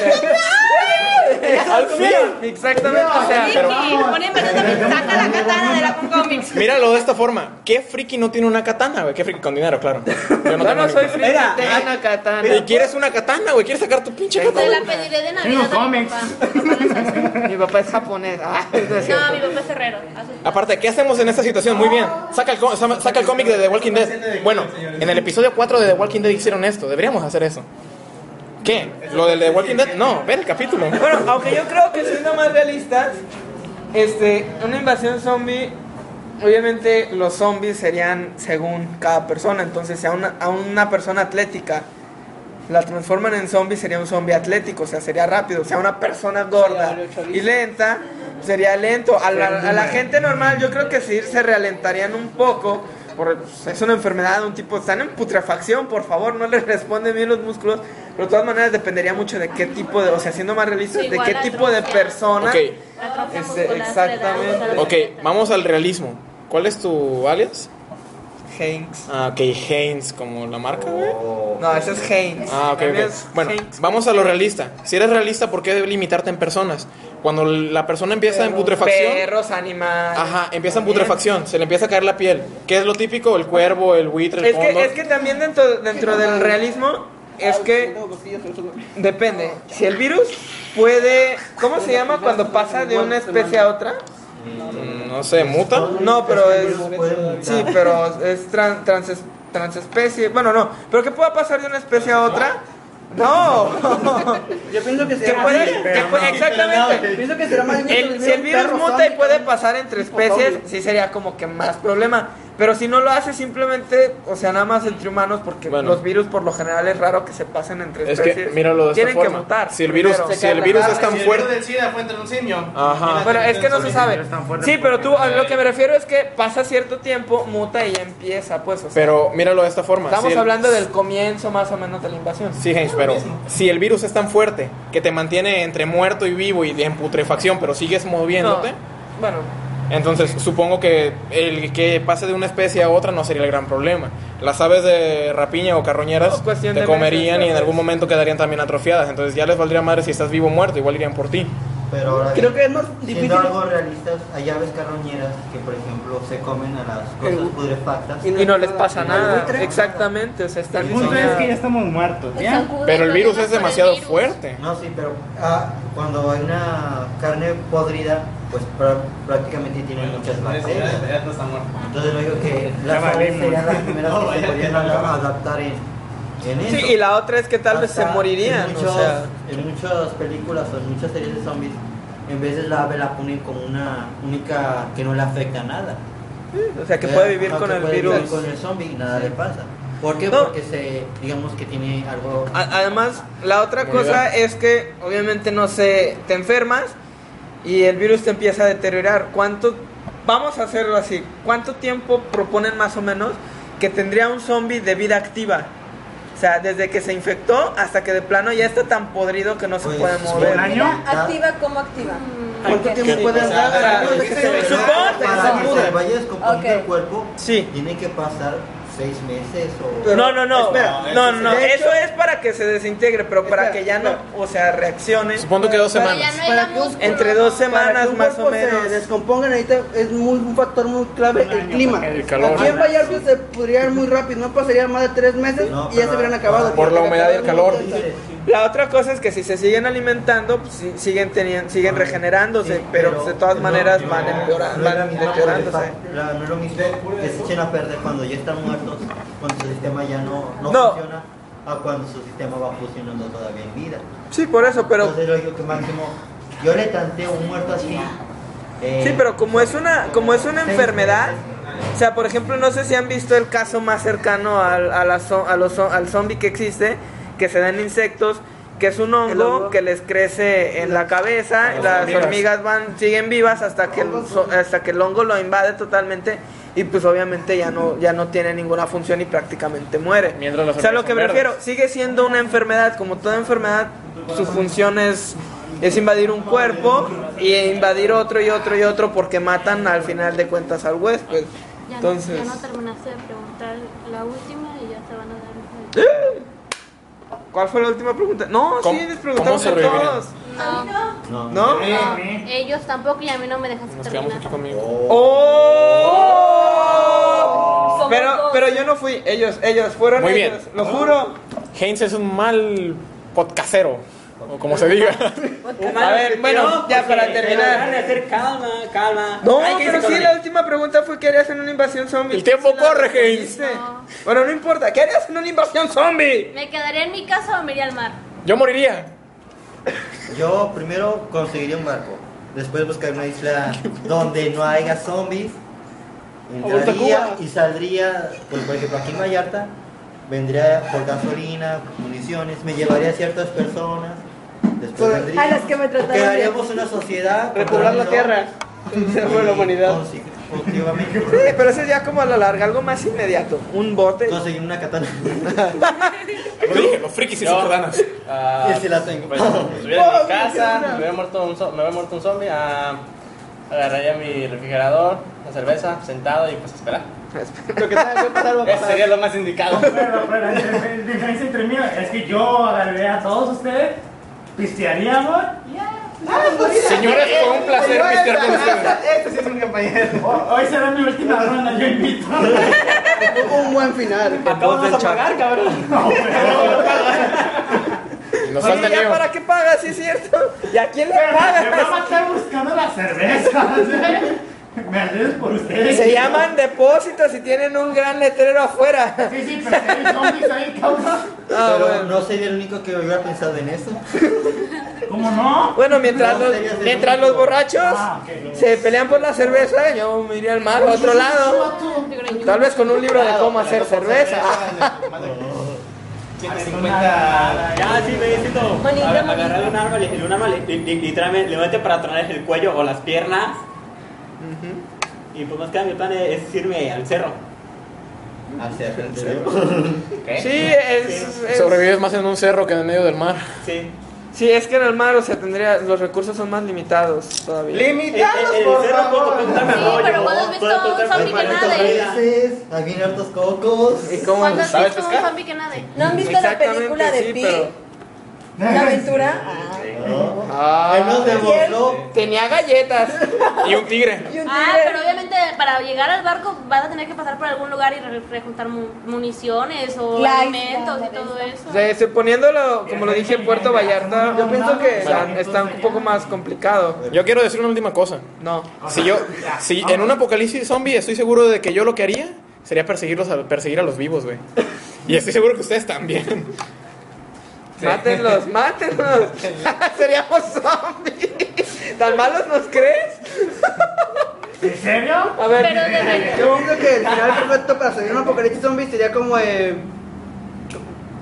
D: Algo bien.
A: Exactamente, o sea,
C: Friki, pone en verdad también, saca la katana de la Concomics.
D: Míralo de esta forma. ¿Qué friki no tiene una katana, güey? ¿Qué friki con dinero, claro? Yo no,
A: yo <laughs>
D: tengo
A: no
D: ni-
A: soy friki,
E: Mira,
A: tengo
E: ay,
A: una katana.
D: Y quieres una katana, güey. ¿Quieres sacar tu pinche
C: Te
D: katana?
C: ah, la pediré de
H: Tengo
C: Navidad. a mi
H: cómics.
C: papá. No,
A: Mi papá es japonés. Ah, no es cierto.
C: mi papá es herrero. Haz un-
D: Aparte, ¿qué hacemos en esta situación? Muy bien. Saca el, có- sama- saca el cómic de The Walking Dead. Bueno, en el episodio 4 de The Walking Dead hicieron esto. Deberíamos hacer eso. ¿Qué? ¿Lo del The Walking Dead? No, ve el capítulo.
A: Bueno, aunque yo creo que siendo más realistas, este, una invasión zombie, obviamente los zombies serían según cada persona. Entonces, si a una, a una persona atlética la transforman en zombie, sería un zombie atlético, o sea, sería rápido. Si a una persona gorda y lenta, sería lento. A la, a la gente normal, yo creo que sí se ralentarían un poco. por- pues, es una enfermedad, un tipo, están en putrefacción, por favor, no les responden bien los músculos, pero de todas maneras dependería mucho de qué tipo de, o sea, siendo más realistas, de
C: Igual
A: qué
C: la
A: tipo de
C: atrofia.
A: persona.
D: Ok,
C: La atrofia
A: Este,
C: muscular se le da
A: exactamente.
C: a la
D: ok. Vamos al realismo. ¿Cuál es tu alias?
A: Heinz.
D: Ah, ok, Heinz, como la marca, güey.
A: No, ese es Heinz.
D: Ah, ok,
A: Oh. También
D: ok.
A: es
D: Bueno, vamos a lo realista. Si eres realista, ¿por qué limitarte en personas? Cuando la persona empieza en putrefacción. Ah,
A: Perros, animales.
D: Ajá, empieza en putrefacción, se le empieza a caer la piel. ¿Qué es lo típico? El cuervo, el buitre, el
A: Es
D: fondo.
A: que, es que también dentro, dentro del realismo es que depende. Si el virus puede... ¿Cómo se llama cuando pasa de una especie a otra?
D: Mm, No sé, muta.
A: No, pero es... Sí, pero es tran- transes- transespecie. Bueno, no. ¿Pero qué pueda pasar de una especie a otra? No.
E: <laughs> Yo pienso que
A: Que
E: será
A: puede-
E: más-
A: que puede- exactamente.
E: Pienso que será más bien
A: El- si el virus
E: perro
A: muta y puede pasar entre especies, sí sería como que más problema. Pero si no lo hace simplemente, o sea, nada más entre humanos, porque
D: Bueno.
A: los virus por lo general es raro que se pasen entre
D: Es
A: especies.
D: que, míralo de esta
A: Tienen que
D: forma.
A: mutar.
D: Si el virus-
A: primero.
D: si el virus es tan
F: Si el virus del SIDA fue entre un simio.
D: Ajá.
A: Bueno, es que no se sabe. Sí, pero tú, a lo que me refiero es que pasa cierto tiempo, muta y ya empieza, pues. o sea,
D: Pero míralo de esta forma.
A: estamos
D: si el-
A: hablando del comienzo más o menos de la invasión.
D: Sí, James, pero si el virus es tan fuerte que te mantiene entre muerto y vivo y en putrefacción, pero sigues moviéndote,
A: No, Bueno,
D: entonces supongo que el que pase de una especie a otra no sería el gran problema. Las aves de rapiña o carroñeras
A: No, cuestión
D: te
A: de
D: comerían
A: meses,
D: y en
A: tal
D: algún
A: vez.
D: momento quedarían también atrofiadas, entonces ya les valdría madre si estás vivo o muerto, igual irían por ti.
J: Pero ahora,
E: Creo que es más difícil.
J: siendo algo realistas, hay aves carroñeras que, por ejemplo, se comen a las cosas putrefactas.
A: y no, les pasa
J: Y
A: nada.
J: buitre.
A: Exactamente, o sea, están
J: El punto es que ya
H: estamos muertos,
J: ¿ya?
D: Pero el virus es demasiado fuerte.
J: No, sí, pero ah, cuando hay una carne podrida, pues prá- prácticamente tiene muchas bacterias. Entonces lo digo que las aves serían las primeras
A: No,
J: que se
A: vaya
J: podrían
A: que no.
J: a- adaptar en, en
A: Sí,
J: eso.
A: y la otra es que tal vez se
J: Hasta
A: morirían,
J: En,
A: o
J: muchos-
A: sea.
J: en muchas películas o en muchas series de zombies, en vez de la ave la ponen como una única que no le afecta nada.
A: O sea, que
J: Eh,
A: puede vivir
J: ajá,
A: con
J: que
A: el
J: puede
A: virus.
J: vivir con el zombie y nada le pasa. ¿Por qué? Porque se, digamos que tiene algo...
A: A- Además, la otra
J: Comunidad.
A: cosa es que obviamente no sé, te enfermas y el virus te empieza a deteriorar. ¿Cuánto vamos a hacerlo así? ¿Cuánto tiempo proponen más o menos que tendría un zombie de vida activa? O sea, desde que se infectó hasta que de plano ya está tan podrido que no se puede mover.
L: Mira, activa como activa.
A: ¿Cuánto
L: Ok.
A: tiempo puede andar?
J: Para que se
A: muda.
J: vaya descomponiendo
L: Ok.
J: el cuerpo, tiene que pasar seis meses o...
A: No, no, no,
J: Espera,
A: no,
J: sí.
A: no, no,
J: De hecho-
A: eso es para que se desintegre, pero para que ya no, o sea, reaccione.
D: Supongo que dos
E: Pero ya semanas. no era
A: Para que un-
E: músculo.
A: Entre dos
E: Para que
A: semanas
E: un
A: más o
E: cuerpo
A: menos.
E: Se descompongan ahorita es muy, un factor muy clave el clima.
D: el calor.
E: Aquí en Vallarta se podrían muy rápido, no pasarían más de tres meses y ya se hubieran
A: Ah.
E: acabado.
D: Por la humedad y el calor.
A: La otra cosa es que si se siguen alimentando, pues, si- siguen teniendo, siguen regenerándose, pero, pues, de todas maneras van empeorando,
J: No es la
A: van
J: misma
A: deteriorándose.
J: putrefacta- la- no es lo mismo que se echen a perder cuando ya están muertos, cuando su sistema ya no, no,
A: No.
J: funciona, a cuando su sistema va funcionando todavía en vida.
A: Sí, por eso, pero
J: Entonces lo digo que máximo, yo le tanteo un muerto así. eh,
A: sí, pero como es una, como es una enfermedad, o sea, por ejemplo, no sé si han visto el caso más cercano al, a la zo- a los zo- al zombie que existe, que se dan insectos, que es un hongo, que les crece en la cabeza,
D: Las
A: las
D: hormigas.
A: hormigas. van, siguen vivas hasta que el, zo- hasta que el hongo lo invade totalmente y pues obviamente ya no, ya no tiene ninguna función y prácticamente muere.
D: Mientras las
A: O sea, lo
D: hormigas
A: que
D: son
A: me
D: verdes.
A: refiero, sigue siendo una enfermedad, como toda enfermedad, su función es, es invadir un cuerpo y invadir otro y otro y otro porque matan al final de cuentas al huésped.
M: Ya,
A: Entonces,
M: no, ya no terminaste de preguntar la última y ya te van a dar.
A: ¿Eh? ¿cuál fue la última pregunta? No,
D: ¿Cómo-
A: sí, les preguntamos
D: cómo
A: a
D: sobrevivir?
A: todos.
M: No, no,
J: No.
A: ¿No?
M: ellos tampoco y a mí no me dejaste
D: Nos
M: terminar.
D: quedamos aquí conmigo.
A: ¡Oh!
M: Somos
A: Pero,
M: Oh, dos.
A: pero yo no fui, ellos, ellos fueron
D: Muy bien.
A: ellos, lo juro.
D: Heinz es un mal podcastero, o como se diga.
A: A ver, bueno, ya para terminar.
I: hacer calma, calma.
A: No,
I: Hay que
A: pero
I: se
A: sí,
I: corre.
A: la última pregunta fue ¿qué harías en una invasión zombie?
D: El tiempo
A: Sí, la
D: corre,
A: respondiste. Bueno, no importa, ¿qué harías en una invasión zombie?
M: ¿Me quedaría en mi casa o me iría al mar?
D: Yo moriría.
J: Yo primero conseguiría un barco, después buscar una isla donde no haya zombies,
D: Vuelta a
J: entraría
D: Cuba.
J: y saldría, pues, por ejemplo aquí en Vallarta, vendría por gasolina, municiones, me llevaría a ciertas personas, después vendría,
L: A las que me trataron. bien.
J: crearíamos una sociedad,
A: Repoblar la tierra. <laughs> Se fue la humanidad.
J: Sí, efectivamente.
A: pero eso es ya como a la larga, algo más inmediato. Un bote.
J: Conseguir una katana.
D: Lo dije, los frikis y
G: Yo-
D: sus jordanas.
G: Ah,
J: Y si la tengo.
G: Pues, estuviera en mi
J: Oh,
G: casa,
J: mira.
G: me había muerto un, zo- me había muerto un zombie. ah, agarré ya mi refrigerador, la cerveza, sentado y pues a esperar.
H: Lo que sabe, pasar,
G: Eso sería lo más indicado.
H: Pero, pero entre- la diferencia entre mí es que yo agarré a todos ustedes, pistearíamos.
D: Señores, fue un placer pistear con ustedes.
H: Este sí es mi compañero. <laughs> Hoy será mi última ronda, yo invito.
E: Un buen final.
H: Acabamos
E: de pagar,
H: cabrón.
D: Nos
A: Oye,
D: falta
A: <laughs> ¿ya
D: Leo.
A: para qué pagas? Sí, es cierto. ¿Y a quién le
H: Me va a
A: pagas?
H: matar buscando ¿eh? la cerveza. Me arredes por ustedes.
A: Se llaman depósitos y tienen un gran letrero afuera. Ah,
H: Sí, sí, pero hay zombies ahí, cabrón.
J: Pero no sería el único que hubiera pensado en eso.
H: ¿Cómo no? Ah,
A: Bueno, mientras,
J: No,
A: los,
J: serías el
A: mientras
J: único.
A: los borrachos se pelean por la cerveza, yo me iría al mar a otro lado. Tal vez con un libro de cómo hacer cerveza.
G: 50.
I: Ya, sí, me necesito
L: Bonito,
I: agarrar
L: bonito.
I: agarrar un arma, li- un arma li- li- li- literalmente le mete para tronar el cuello o las piernas. Y pues más que nada, mi plan es es irme al cerro.
J: Al cerro.
I: <laughs>
A: Sí, eh, es, es-
D: Sobrevives más en un cerro que en el medio del mar.
I: Sí.
A: sí, es que en el mar, o sea, tendría, los recursos son más limitados todavía.
I: En- en el cerro puedo cortarme el
C: Sí,
I: rollo,
C: pero cuando has
L: Pues
C: visto
I: puedo
C: un
I: cortarme
C: zombie que
I: el
C: nada,
I: cuello.
C: eh.
J: Hay bien hartos cocos.
A: ¿Y cómo
C: ¿Cuándo has visto un zombie que nade?
L: ¿No han visto la
A: Exactamente,
L: película de
A: sí,
L: Pi?
A: pero-
L: ¿La aventura?
D: Ah,
J: Él nos demostró.
A: Tenía galletas.
D: Y un tigre.
L: <laughs> Y un
C: Ah,
L: tigre.
C: pero obviamente para llegar al barco vas a tener que pasar por algún lugar y re- rejuntar mu- municiones o
L: La
C: alimentos
L: isla,
C: y todo eso.
A: O sea, suponiéndolo, como lo dije, Puerto Vallarta, yo pienso que está, está un poco más complicado.
D: Yo quiero decir una última cosa.
A: No.
D: Si yo, si en un apocalipsis zombie estoy seguro de que yo lo que haría sería perseguirlos a, perseguir a los vivos, güey. Y estoy seguro que ustedes también.
A: Mátenlos, mátenlos. <laughs> Seríamos zombies. ¿Tan malos nos crees?
H: ¿En serio?
A: A ver,
C: Pero de
E: Yo creo que el final perfecto para salir un apocalipsis zombie sería como eh,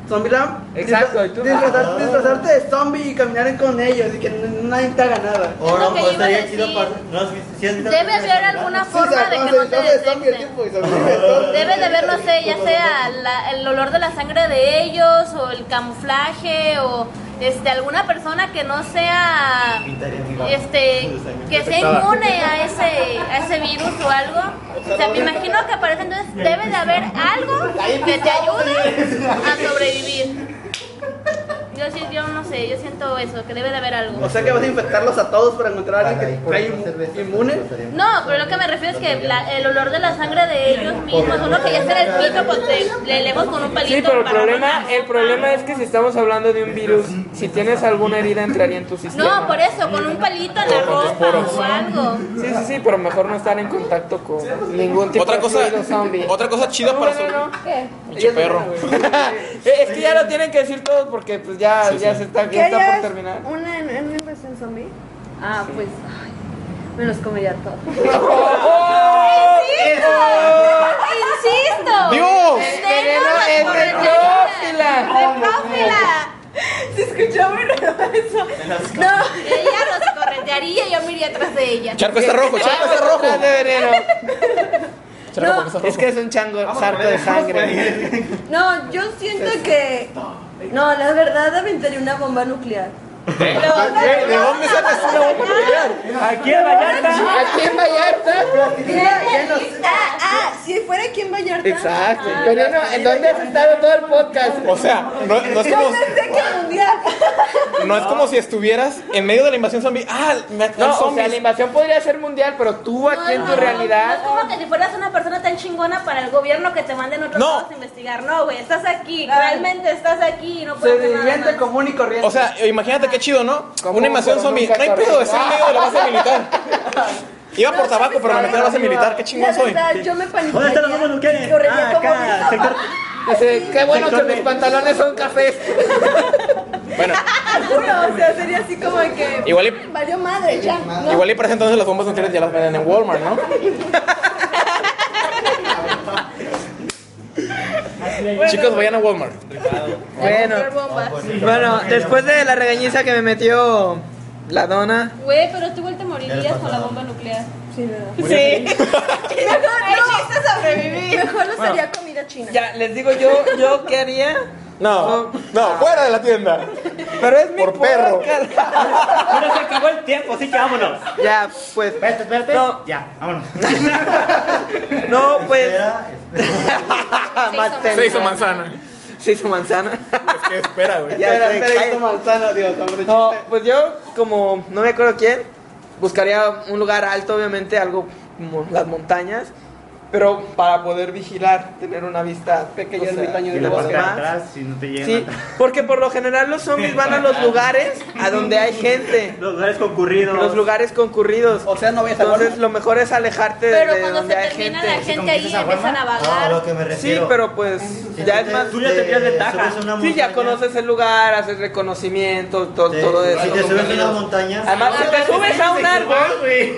E: Zombieland.
A: Exacto, ¿y tú?
C: Ah.
E: Disfrazar- disfrazarte de zombie y caminar con ellos y que n- nadie te haga nada.
J: O
C: Lo
J: no,
C: que
J: pues
C: iba a
J: estaría chido
C: decir.
J: para. No, si- si has visto
C: Debe
J: la película
C: haber
J: de
C: alguna
J: Zombieland,
C: forma de que no te detecten.
E: pues, sobrevive <laughs> todo.
C: Debe de haber, no sé, ya sea la- el olor de la sangre de ellos o el camuflaje o este alguna persona que no sea
J: pintaría mi barba.
C: este que sea inmune a ese a ese virus o algo. O sea, me imagino que aparece entonces debe de haber algo que te ayude a sobrevivir. Yo sí, yo no sé, yo siento eso, que debe de haber algo.
E: O sea que vas a infectarlos a todos para encontrar a alguien que
J: Por
E: trae
J: una cerveza,
E: inmune.
C: No, pero lo que me refiero es que la- el olor de la sangre de ellos mismos, uno que ya está en el pico, pues te- le leemos con un palito.
A: Sí, pero el
C: para
A: problema,
C: matar.
A: el problema es que si estamos hablando de un virus, si tienes alguna herida entraría en tu sistema.
C: No, por eso, con un palito en la ropa o algo.
A: Sí, sí, sí, pero mejor no estar en contacto con ningún tipo
D: Otra
A: de
D: cosa,
A: fluido zombie.
D: otra cosa chida
A: No,
D: para
A: no,
D: sobrevivir.
A: no.
L: ¿Qué?
D: Pinche perro.
C: <laughs>
A: es que ya lo tienen que decir todos porque pues ya, ya se está,
L: ¿Qué
A: ya está por
L: harías?
A: terminar.
L: ¿Una, ¿Una invasión zombie? Ah, pues. ay,
A: <laughs>
L: me los comería todos.
A: ¡Oh,
C: ¡Insisto!
D: ¡Dios!
C: ¡Veneno
A: es
C: por
A: necrófila.
C: veneno. ¡Necrófila!
L: Se escuchó muy raro eso. No,
C: Ella los corretearía y yo me iría atrás de ella.
D: Charco está rojo, charco está rojo.
A: Detrás de veneno.
D: <laughs> Charco está rojo.
A: Es que es un chango sarto de sangre.
L: no, yo siento que. No, la verdad aventaría una bomba nuclear.
A: <laughs>
D: ¿De de dónde sacas una bomba nuclear?
H: Aquí en Vallarta.
A: ¿A quién Vallarta?
L: Ah, ah, si fuera aquí en Vallarta. Ah,
A: Exacto. Veneno, ¿en dónde has estado todo el podcast?
D: O sea, no, no es como,
L: Pensé que mundial.
D: no es como si estuvieras en medio de la invasión zombie. Ah, me
A: No,
D: no,
A: o sea, la invasión podría ser mundial, pero tú aquí en tu
C: no,
A: realidad.
C: No es como que si fueras una persona tan chingona para el gobierno que te manden a otros
D: No.
C: lados a investigar. No, güey, estás aquí, realmente estás aquí y no puedes hacer nada
E: Sobreviviente
C: más.
E: común y corriente.
D: O sea, imagínate qué chido, ¿no?
A: Como
D: Una invasión
A: pero
D: zombie.
A: nunca
D: No hay pedo de ser en medio de la base
A: <laughs>
D: militar. Iba por tabaco, pero me metí a la base militar. Qué
L: La
D: chingón soy.
L: verdad, yo me paniqué.
I: ¿Dónde están los bombas nucleares?
L: Correría
I: Ah,
L: como
I: acá,
L: mi-
I: sector-
A: Dice, qué bueno que mis pantalones son cafés.
D: Bueno,
L: Juro, o sea, sería así como que.
D: Igual y-
L: Valió madre, ya. ¿no?
D: igual y para ese entonces las bombas nucleares ya las venden en Walmart, ¿no? Chicos, vayan a Walmart.
A: Bueno, Ah,
C: Comprar bombas.
A: bueno, después de la regañiza que me metió la dona.
C: Güey, pero tú igual te morirías con la bomba nuclear.
L: Sí,
A: Eh,
L: ¿verdad?
A: Sí.
L: Mejor no. Mejor lo sería comida china.
A: Ya, les digo yo, yo qué haría.
D: No, no, fuera de la tienda.
A: Pero es mi
D: Por perro.
I: Pero se acabó el tiempo, así que vámonos.
A: Ya, pues.
H: Espérate, espérate.
A: No.
H: Ya, vámonos.
A: No, pues.
D: Se hizo manzana.
A: Se hizo manzana.
D: Es que espera, güey.
A: Ya
E: Espera,
A: sé,
E: espera,
A: cállate.
E: hizo manzana, Dios, hombre.
A: No, pues yo, como no me acuerdo quién, buscaría un lugar alto, obviamente, algo como las montañas, pero para poder vigilar, tener una vista
E: Pequeño
A: o sea,
E: ermitaño
H: Y
E: de
H: la
E: los
H: parte de
A: demás.
H: atrás, si no te llegan.
A: Sí,
H: atrás.
A: porque por lo general los zombies van a los lugares a donde hay gente,
I: Los lugares concurridos.
A: los lugares concurridos.
E: O sea, no vayas a
A: Entonces, lo mejor es alejarte
C: Pero
A: de
C: cuando se
A: donde hay
C: termina
A: eh, gente.
C: la gente ahí, empiezan
A: "Ah,
C: a
J: No, a
C: vagar.
J: lo que me
A: Sí,
J: refiero.
A: pero pues
J: Si
A: ya
J: tú
A: es más.
I: Tú ya tendrías ventaja.
J: subes una
A: Sí, ya
J: montaña,
A: conoces el lugar, haces reconocimiento, to-
J: te-
A: todo eso.
J: Si te subes a una montaña,
A: Además, si te subes a un árbol,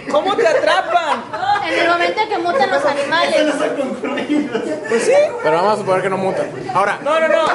A: ¿cómo te atrapan?
C: En el momento en que mutan los
A: <laughs>
C: animales.
A: Pues sí.
D: Pero vamos a suponer que no muta. Ahora,
A: No, no, no.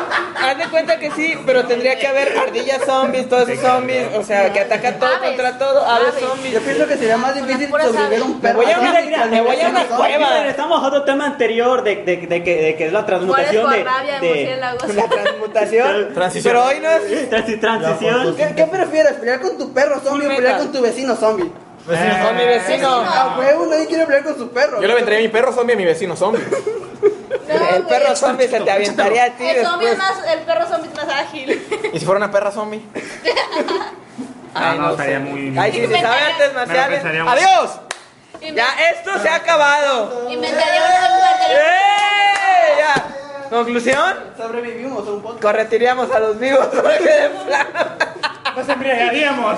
A: Haz de cuenta que sí, pero tendría que haber ardillas zombies, todos esos zombies, o sea, que atacan todo
C: Aves.
A: contra todo, aves
C: Aves.
E: Yo
A: zombies.
E: pienso que sería más difícil
C: puras
E: sobrevivir a un
C: aves.
E: perro.
A: voy a una-
E: zombie que
A: me voy a una
E: zombie.
A: cueva.
I: Aquí regresamos a otro tema anterior de, de, de que, de que es la
C: Mueres
I: transmutación
C: por
I: de.
C: rabia de
I: de-
A: La
C: murciélagos.
A: transmutación.
D: Transición.
A: Pero hoy no es.
I: transi-
J: La
I: transición.
J: foto.
E: ¿Qué, qué prefieres? ¿Pelear con tu perro zombie o
A: Full
E: pelear
A: metal.
E: con tu vecino zombie? Ah,
J: pues, si
A: Con mi vecino.
E: A huevo, nadie quiere pelear con su perro.
D: yo le vendría a mi perro zombie a mi vecino zombie.
A: El perro zombie se te aventaría a ti.
C: El zombie es
A: después.
C: más, el perro zombie es más ágil.
D: ¿Y si fuera una perra zombie?
H: Ah, no,
A: sé.
H: estaría muy.
A: Ay, sí, se sabe artes marciales.
H: pensaría mucho.
A: ¡Adiós!
C: Inven-
A: Ya, esto se ha acabado.
C: Inventaría una inventaría-
A: ¡Eh! Ya. ¿Conclusión?
E: Sobrevivimos a un podcast.
A: Corretiríamos a los vivos para que de plano.
H: Nos embriagaríamos.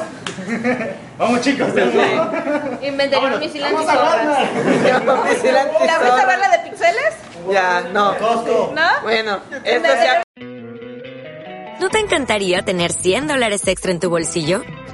H: Vamos, chicos.
A: <laughs>
H: vamos.
C: Inventaría un misil antisombras.
A: Yo, misil
C: ¿La
A: antisonda.
C: viste verla de pixeles?
A: Ya, no.
J: Costco.
C: ¿No?
A: Bueno, esto se ha
N: ¿No te encantaría tener 100 dólares extra en tu bolsillo?